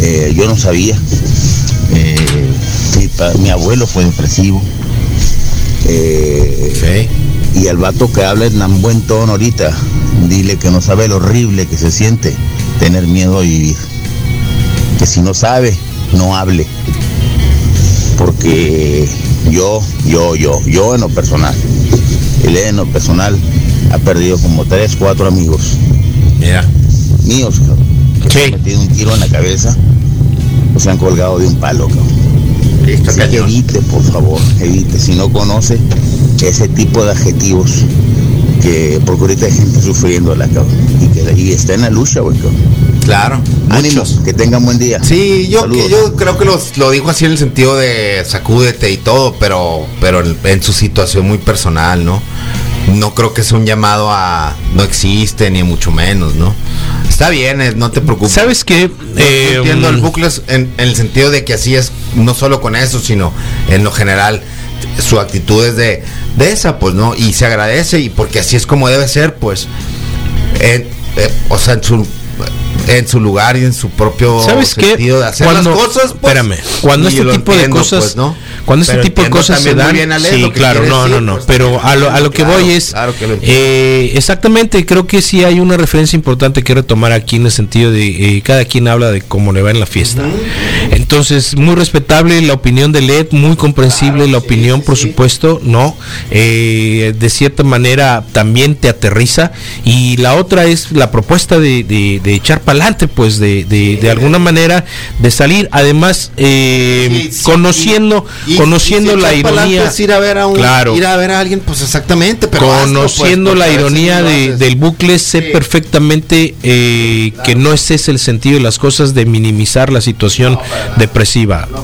S10: Eh, yo no sabía. Eh, mi, pa- mi abuelo fue depresivo. Eh, Y al vato que habla en tan buen tono ahorita, dile que no sabe lo horrible que se siente tener miedo a vivir. Que si no sabe, no hable. Porque yo, yo, yo, yo en lo personal, el en lo personal ha perdido como tres, cuatro amigos. Míos, cabrón, que se han metido un tiro en la cabeza o se han colgado de un palo, cabrón. Sí, evite, por favor, evite. Si no conoce ese tipo de adjetivos, que porque ahorita hay gente sufriendo la cabrón. Y, que, y está en la lucha, güey,
S4: Claro.
S10: Ánimos, que tengan buen día.
S4: Sí, yo, que yo creo que los- lo dijo así en el sentido de sacúdete y todo, pero, pero en, en su situación muy personal, ¿no? No creo que sea un llamado a no existe, ni mucho menos, ¿no? Está bien, eh, no te preocupes.
S3: ¿Sabes qué? Eh,
S4: entiendo el bucle es en, en el sentido de que así es, no solo con eso, sino en lo general. Su actitud es de, de esa, pues, ¿no? Y se agradece, y porque así es como debe ser, pues. En- eh, o sea, en su, en su lugar y en su propio
S3: ¿Sabes qué?
S4: sentido de hacer las cosas. pues,
S3: espérame, cuando
S4: y
S3: este
S4: lo
S3: tipo
S4: entiendo,
S3: de cosas,
S4: pues, ¿no?
S3: cuando este
S4: Pero
S3: tipo de
S4: entiendo
S3: cosas se
S4: también muy
S3: dan,
S4: bien, Ale,
S3: sí,
S4: lo que
S3: claro,
S4: quiere
S3: no,
S4: decir,
S3: no, no,
S4: pues,
S3: pero a lo, a lo que
S4: claro,
S3: voy es,
S4: claro que lo
S3: eh, exactamente, creo que sí hay una referencia importante que retomar aquí en el sentido de eh, cada quien habla de cómo le va en la fiesta. Entonces, muy respetable la opinión de Led, muy comprensible la opinión, por supuesto, ¿no? Eh, de cierta manera también te aterriza. Y la otra es la propuesta de, de- de echar para adelante, pues, de, de- de alguna manera de salir. Además, eh, conociendo,
S4: Y-
S3: conociendo
S4: y si
S3: la
S4: echar pa'lante
S3: ironía.
S4: es ir a ver a un-
S3: Claro.
S4: ir a ver a alguien, pues exactamente. Pero
S3: Conociendo
S4: hazlo, pues, porque a
S3: la
S4: veces
S3: ironía
S4: no
S3: de-
S4: haces.
S3: del bucle, sé perfectamente eh, que no ese es el sentido de las cosas de minimizar la situación depresiva.
S8: Ah, buen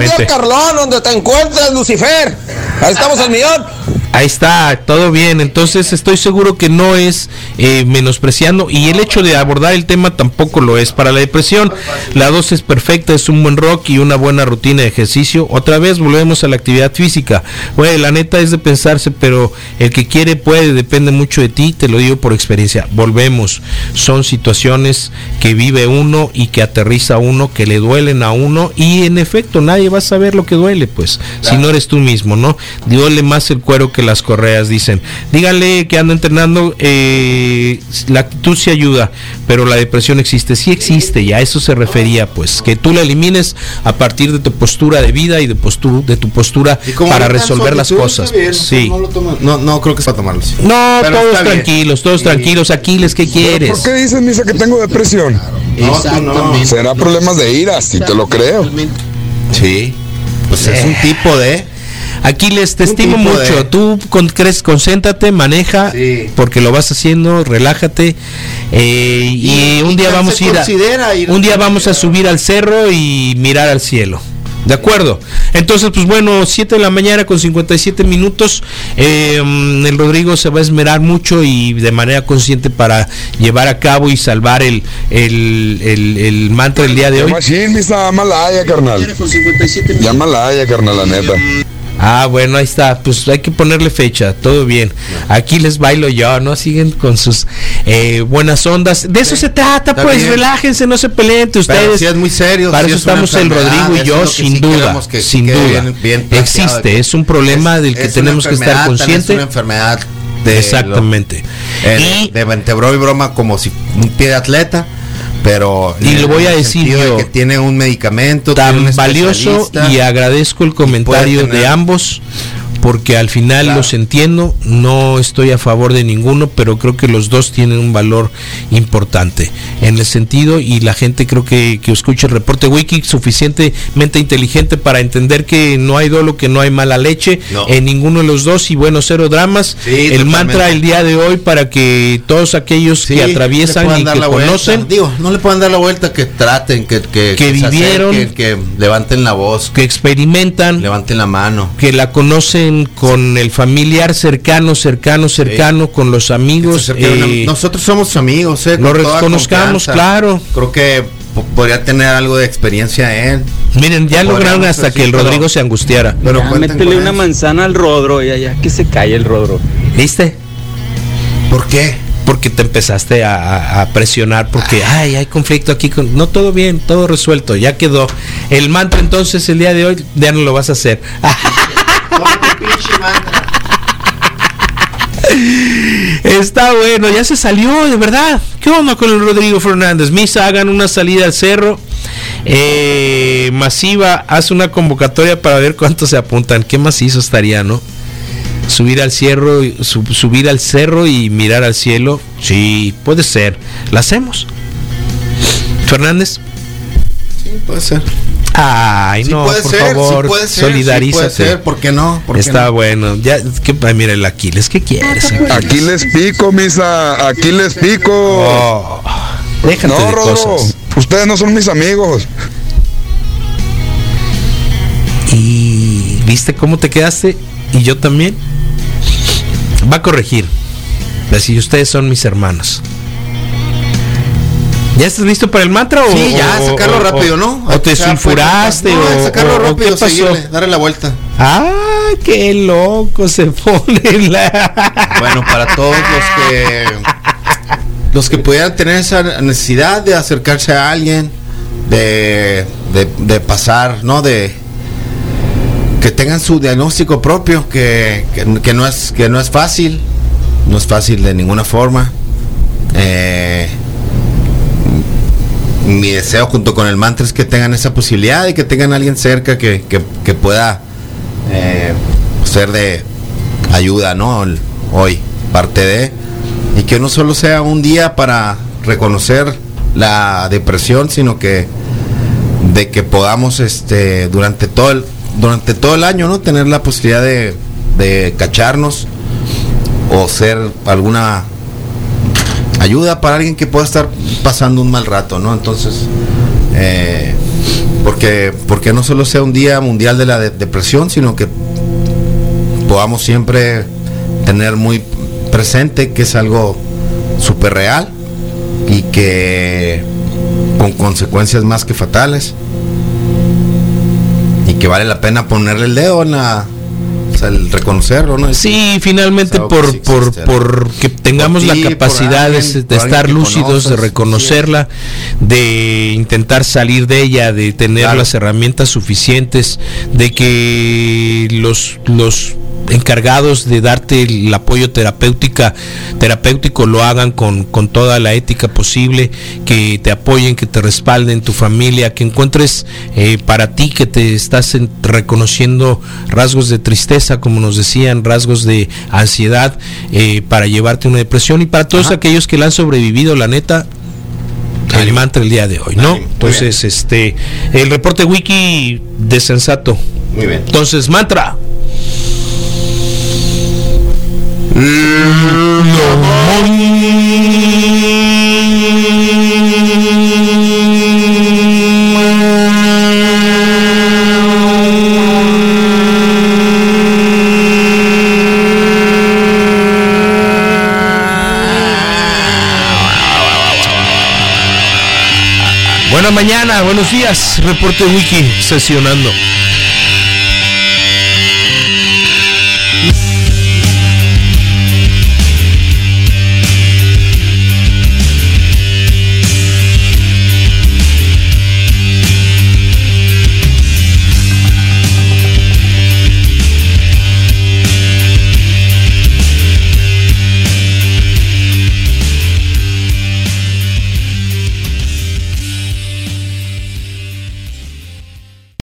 S8: día,
S3: Totalmente.
S8: Carlón, donde te encuentras, Lucifer. Ahí estamos al millón.
S3: Ahí está, todo bien. Entonces estoy seguro que no es eh, menospreciando y el hecho de abordar el tema tampoco lo es para la depresión. La dosis perfecta es un buen rock y una buena rutina de ejercicio. Otra vez volvemos a la actividad física. Güey, la neta es de pensarse, pero el que quiere puede, depende mucho de ti, te lo digo por experiencia. Volvemos. Son situaciones que vive uno y que aterriza uno, que le duelen a uno y en efecto nadie va a saber lo que duele, pues, si no eres tú mismo, ¿no? Duele más el cuero que las correas, dicen. Díganle que ando entrenando, eh, la actitud sí ayuda, pero la depresión existe, sí existe y a eso se refería, pues, que tú la elimines a partir de tu postura de vida y de, postu- de tu postura
S4: Como
S3: para
S4: ahorita su
S3: resolver las
S4: actitud
S3: cosas.
S4: está bien,
S3: pues, sí.
S4: No, lo tomo- no, no creo que sea para tomarlo. así.
S3: No,
S4: Pero
S3: todos
S4: está bien.
S3: tranquilos, todos tranquilos. Aquiles, ¿qué quieres?
S7: ¿Por qué dices, Misa, que tengo depresión?
S3: Exactamente.
S7: Será problemas de ira, si te lo creo.
S4: Sí. Pues es un
S3: Eh.
S4: tipo de.
S3: Aquiles, te
S4: Un
S3: estimo
S4: tipo
S3: mucho.
S4: de-
S3: Tú con- crees, concéntrate, maneja, porque lo vas haciendo, relájate. eh, y, un día
S4: ya
S3: vamos
S4: se
S3: a ir a,
S4: considera ir-
S3: un día vamos a subir al cerro y mirar al cielo. De acuerdo. Entonces, pues bueno, 7 de la mañana con 57 minutos. eh, mm, el Rodrigo se va a esmerar mucho y de manera consciente para llevar a cabo y salvar el, el, el- el mantra del día de hoy.
S7: Llama Shin, Misa, malaya, carnal. Llámala ya, carnal, la neta.
S3: Ah, bueno, ahí está. Pues hay que ponerle fecha, todo bien. Aquí les bailo yo, ¿no? Siguen con sus eh, buenas ondas. De eso se trata,
S4: Está
S3: pues
S4: bien.
S3: relájense, no se peleen entre
S4: Pero
S3: ustedes.
S4: sí es muy serio,
S3: Para
S4: sí
S3: eso
S4: es una
S3: estamos el
S4: enfermedad,
S3: Rodrigo y
S4: eso es
S3: yo,
S4: lo que
S3: sin
S4: sí
S3: duda.
S4: queremos que
S3: sin
S4: quede
S3: duda.
S4: bien- bien planteado,
S3: Existe,
S4: que-
S3: es un problema del
S4: es
S3: que
S4: una
S3: tenemos que estar
S4: enfermedad, también Es
S3: consciente.
S4: una enfermedad. de
S3: Exactamente.
S4: lo- eh, de vertebró y broma como si un pie de atleta. Pero
S3: Y
S4: en
S3: lo
S4: el
S3: voy a decir
S4: sentido de
S3: yo.
S4: que tiene un medicamento tiene
S3: tan
S4: un
S3: valioso
S4: especialista.
S3: y agradezco el comentario
S4: tener-
S3: de ambos porque al final los entiendo, no estoy a favor de ninguno, pero creo que los dos tienen un valor importante en el sentido y la gente creo que, que escucha el reporte wiki suficientemente inteligente para entender que no hay dolo, que no hay mala leche
S4: No.
S3: en ninguno de los dos y bueno, cero dramas.
S4: Sí,
S3: el
S4: totalmente.
S3: mantra el día de hoy para que todos aquellos
S4: Sí,
S3: que
S4: le
S3: atraviesan
S4: puedan
S3: y
S4: dar
S3: que
S4: la vuelta.
S3: conocen
S4: Digo, no le pueden dar la vuelta que traten, que, que,
S3: Que
S4: se acerquen,
S3: vivieron.
S4: que levanten la voz,
S3: que experimentan,
S4: levanten la mano.
S3: que la conocen con, con el familiar cercano, cercano, cercano, con los
S4: Este
S3: amigos. eh,
S4: Nosotros somos amigos, eh,
S3: Lo
S4: con toda
S3: reconozcamos,
S4: confianza.
S3: claro.
S4: Creo que po- podría tener algo de experiencia él.
S3: Miren, ya lograron
S4: Podríamos
S3: hasta
S4: decir,
S3: que el
S4: pero-
S3: Rodrigo se angustiara.
S4: Pero
S11: Ya,
S4: cuenten
S11: métele
S4: con
S11: una
S4: eso.
S11: manzana al Rodro y allá que se cae el Rodro.
S3: ¿Viste?
S4: ¿Por qué?
S3: Porque te empezaste a, a- a presionar, porque
S4: Ah.
S3: ay, hay conflicto aquí. Con... No, todo bien, todo resuelto, ya quedó. El mantra entonces el día de hoy ya no lo vas a hacer. Está bueno, ya se salió, de verdad. ¿Qué onda con el Rodrigo Fernández? Misa, hagan una salida al cerro. Eh, masiva, hace una convocatoria para ver cuántos se apuntan. Qué macizo estaría, ¿no? Subir al cerro, y- sub- subir al cerro y mirar al cielo. Sí, puede ser. La hacemos. Fernández.
S4: Sí, puede ser.
S3: Ay,
S4: Sí
S3: no,
S4: puede
S3: por
S4: ser, sí
S3: favor,
S4: puede ser, sí
S3: solidarízate.
S4: puede ser, ¿por qué no? ¿Por qué
S3: Está
S4: no?
S3: bueno. Ya, que, ay, mira el Aquiles, ¿qué quieres?
S7: Aquí les pico, misa. Aquí les pico.
S3: Oh, déjate
S7: no,
S3: de
S7: Rodro,
S3: cosas.
S7: Ustedes no son mis amigos.
S3: Y viste cómo te quedaste y yo también. Va a corregir. Así ustedes son mis hermanos. ¿Ya estás listo para el mantra o?
S4: Sí, ya,
S3: o-
S4: sacarlo
S3: o-
S4: rápido,
S3: o-
S4: ¿no?
S3: O te
S4: Sacar
S3: sulfuraste
S4: fuerza. No,
S3: o,
S4: sacarlo
S3: o- o
S4: rápido,
S3: qué pasó?
S4: seguirle, darle la vuelta.
S3: Ah, qué loco se pone la.
S4: Bueno, para todos los que los que pudieran tener esa necesidad de acercarse a alguien, de, de, de pasar, ¿no? De que tengan su diagnóstico propio, que, que- que no es que no es fácil, no es fácil de ninguna forma. Eh, mi deseo junto con el mantra es que tengan esa posibilidad y que tengan alguien cerca que, que- que pueda eh, ser de ayuda, ¿no? El- hoy, parte de. Y que no solo sea un día para reconocer la depresión, sino que de que podamos este durante todo el durante todo el año no tener la posibilidad de, de cacharnos o ser alguna ayuda para alguien que pueda estar pasando un mal rato, ¿no? Entonces, eh, porque, porque no solo sea un día mundial de la de- depresión, sino que podamos siempre tener muy presente que es algo súper real y que con consecuencias más que fatales y que vale la pena ponerle el dedo en la o sea, el reconocerlo, ¿no?
S3: Sí, finalmente
S4: Sabe
S3: por,
S4: que sí
S3: por,
S4: existe, ¿no?
S3: por que tengamos
S4: Por ti,
S3: la
S4: por
S3: capacidad de-
S4: alguien,
S3: de
S4: por
S3: estar
S4: alguien que
S3: lúcidos, de
S4: conoces,
S3: reconocerla, de intentar salir de ella, de tener las herramientas suficientes, de que los, los encargados de darte el apoyo terapéutica, terapéutico lo hagan con, con toda la ética posible, que te apoyen, que te respalden, tu familia, que encuentres eh, para ti que te estás en- reconociendo rasgos de tristeza, como nos decían, rasgos de ansiedad, eh, para llevarte una depresión y para todos aquellos que la han sobrevivido, la neta, el mantra el día de hoy, ¿no? Entonces, este, el reporte wiki de sensato.
S4: Muy bien.
S3: Entonces, mantra. Buena mañana, buenos días, reporte wiki sesionando.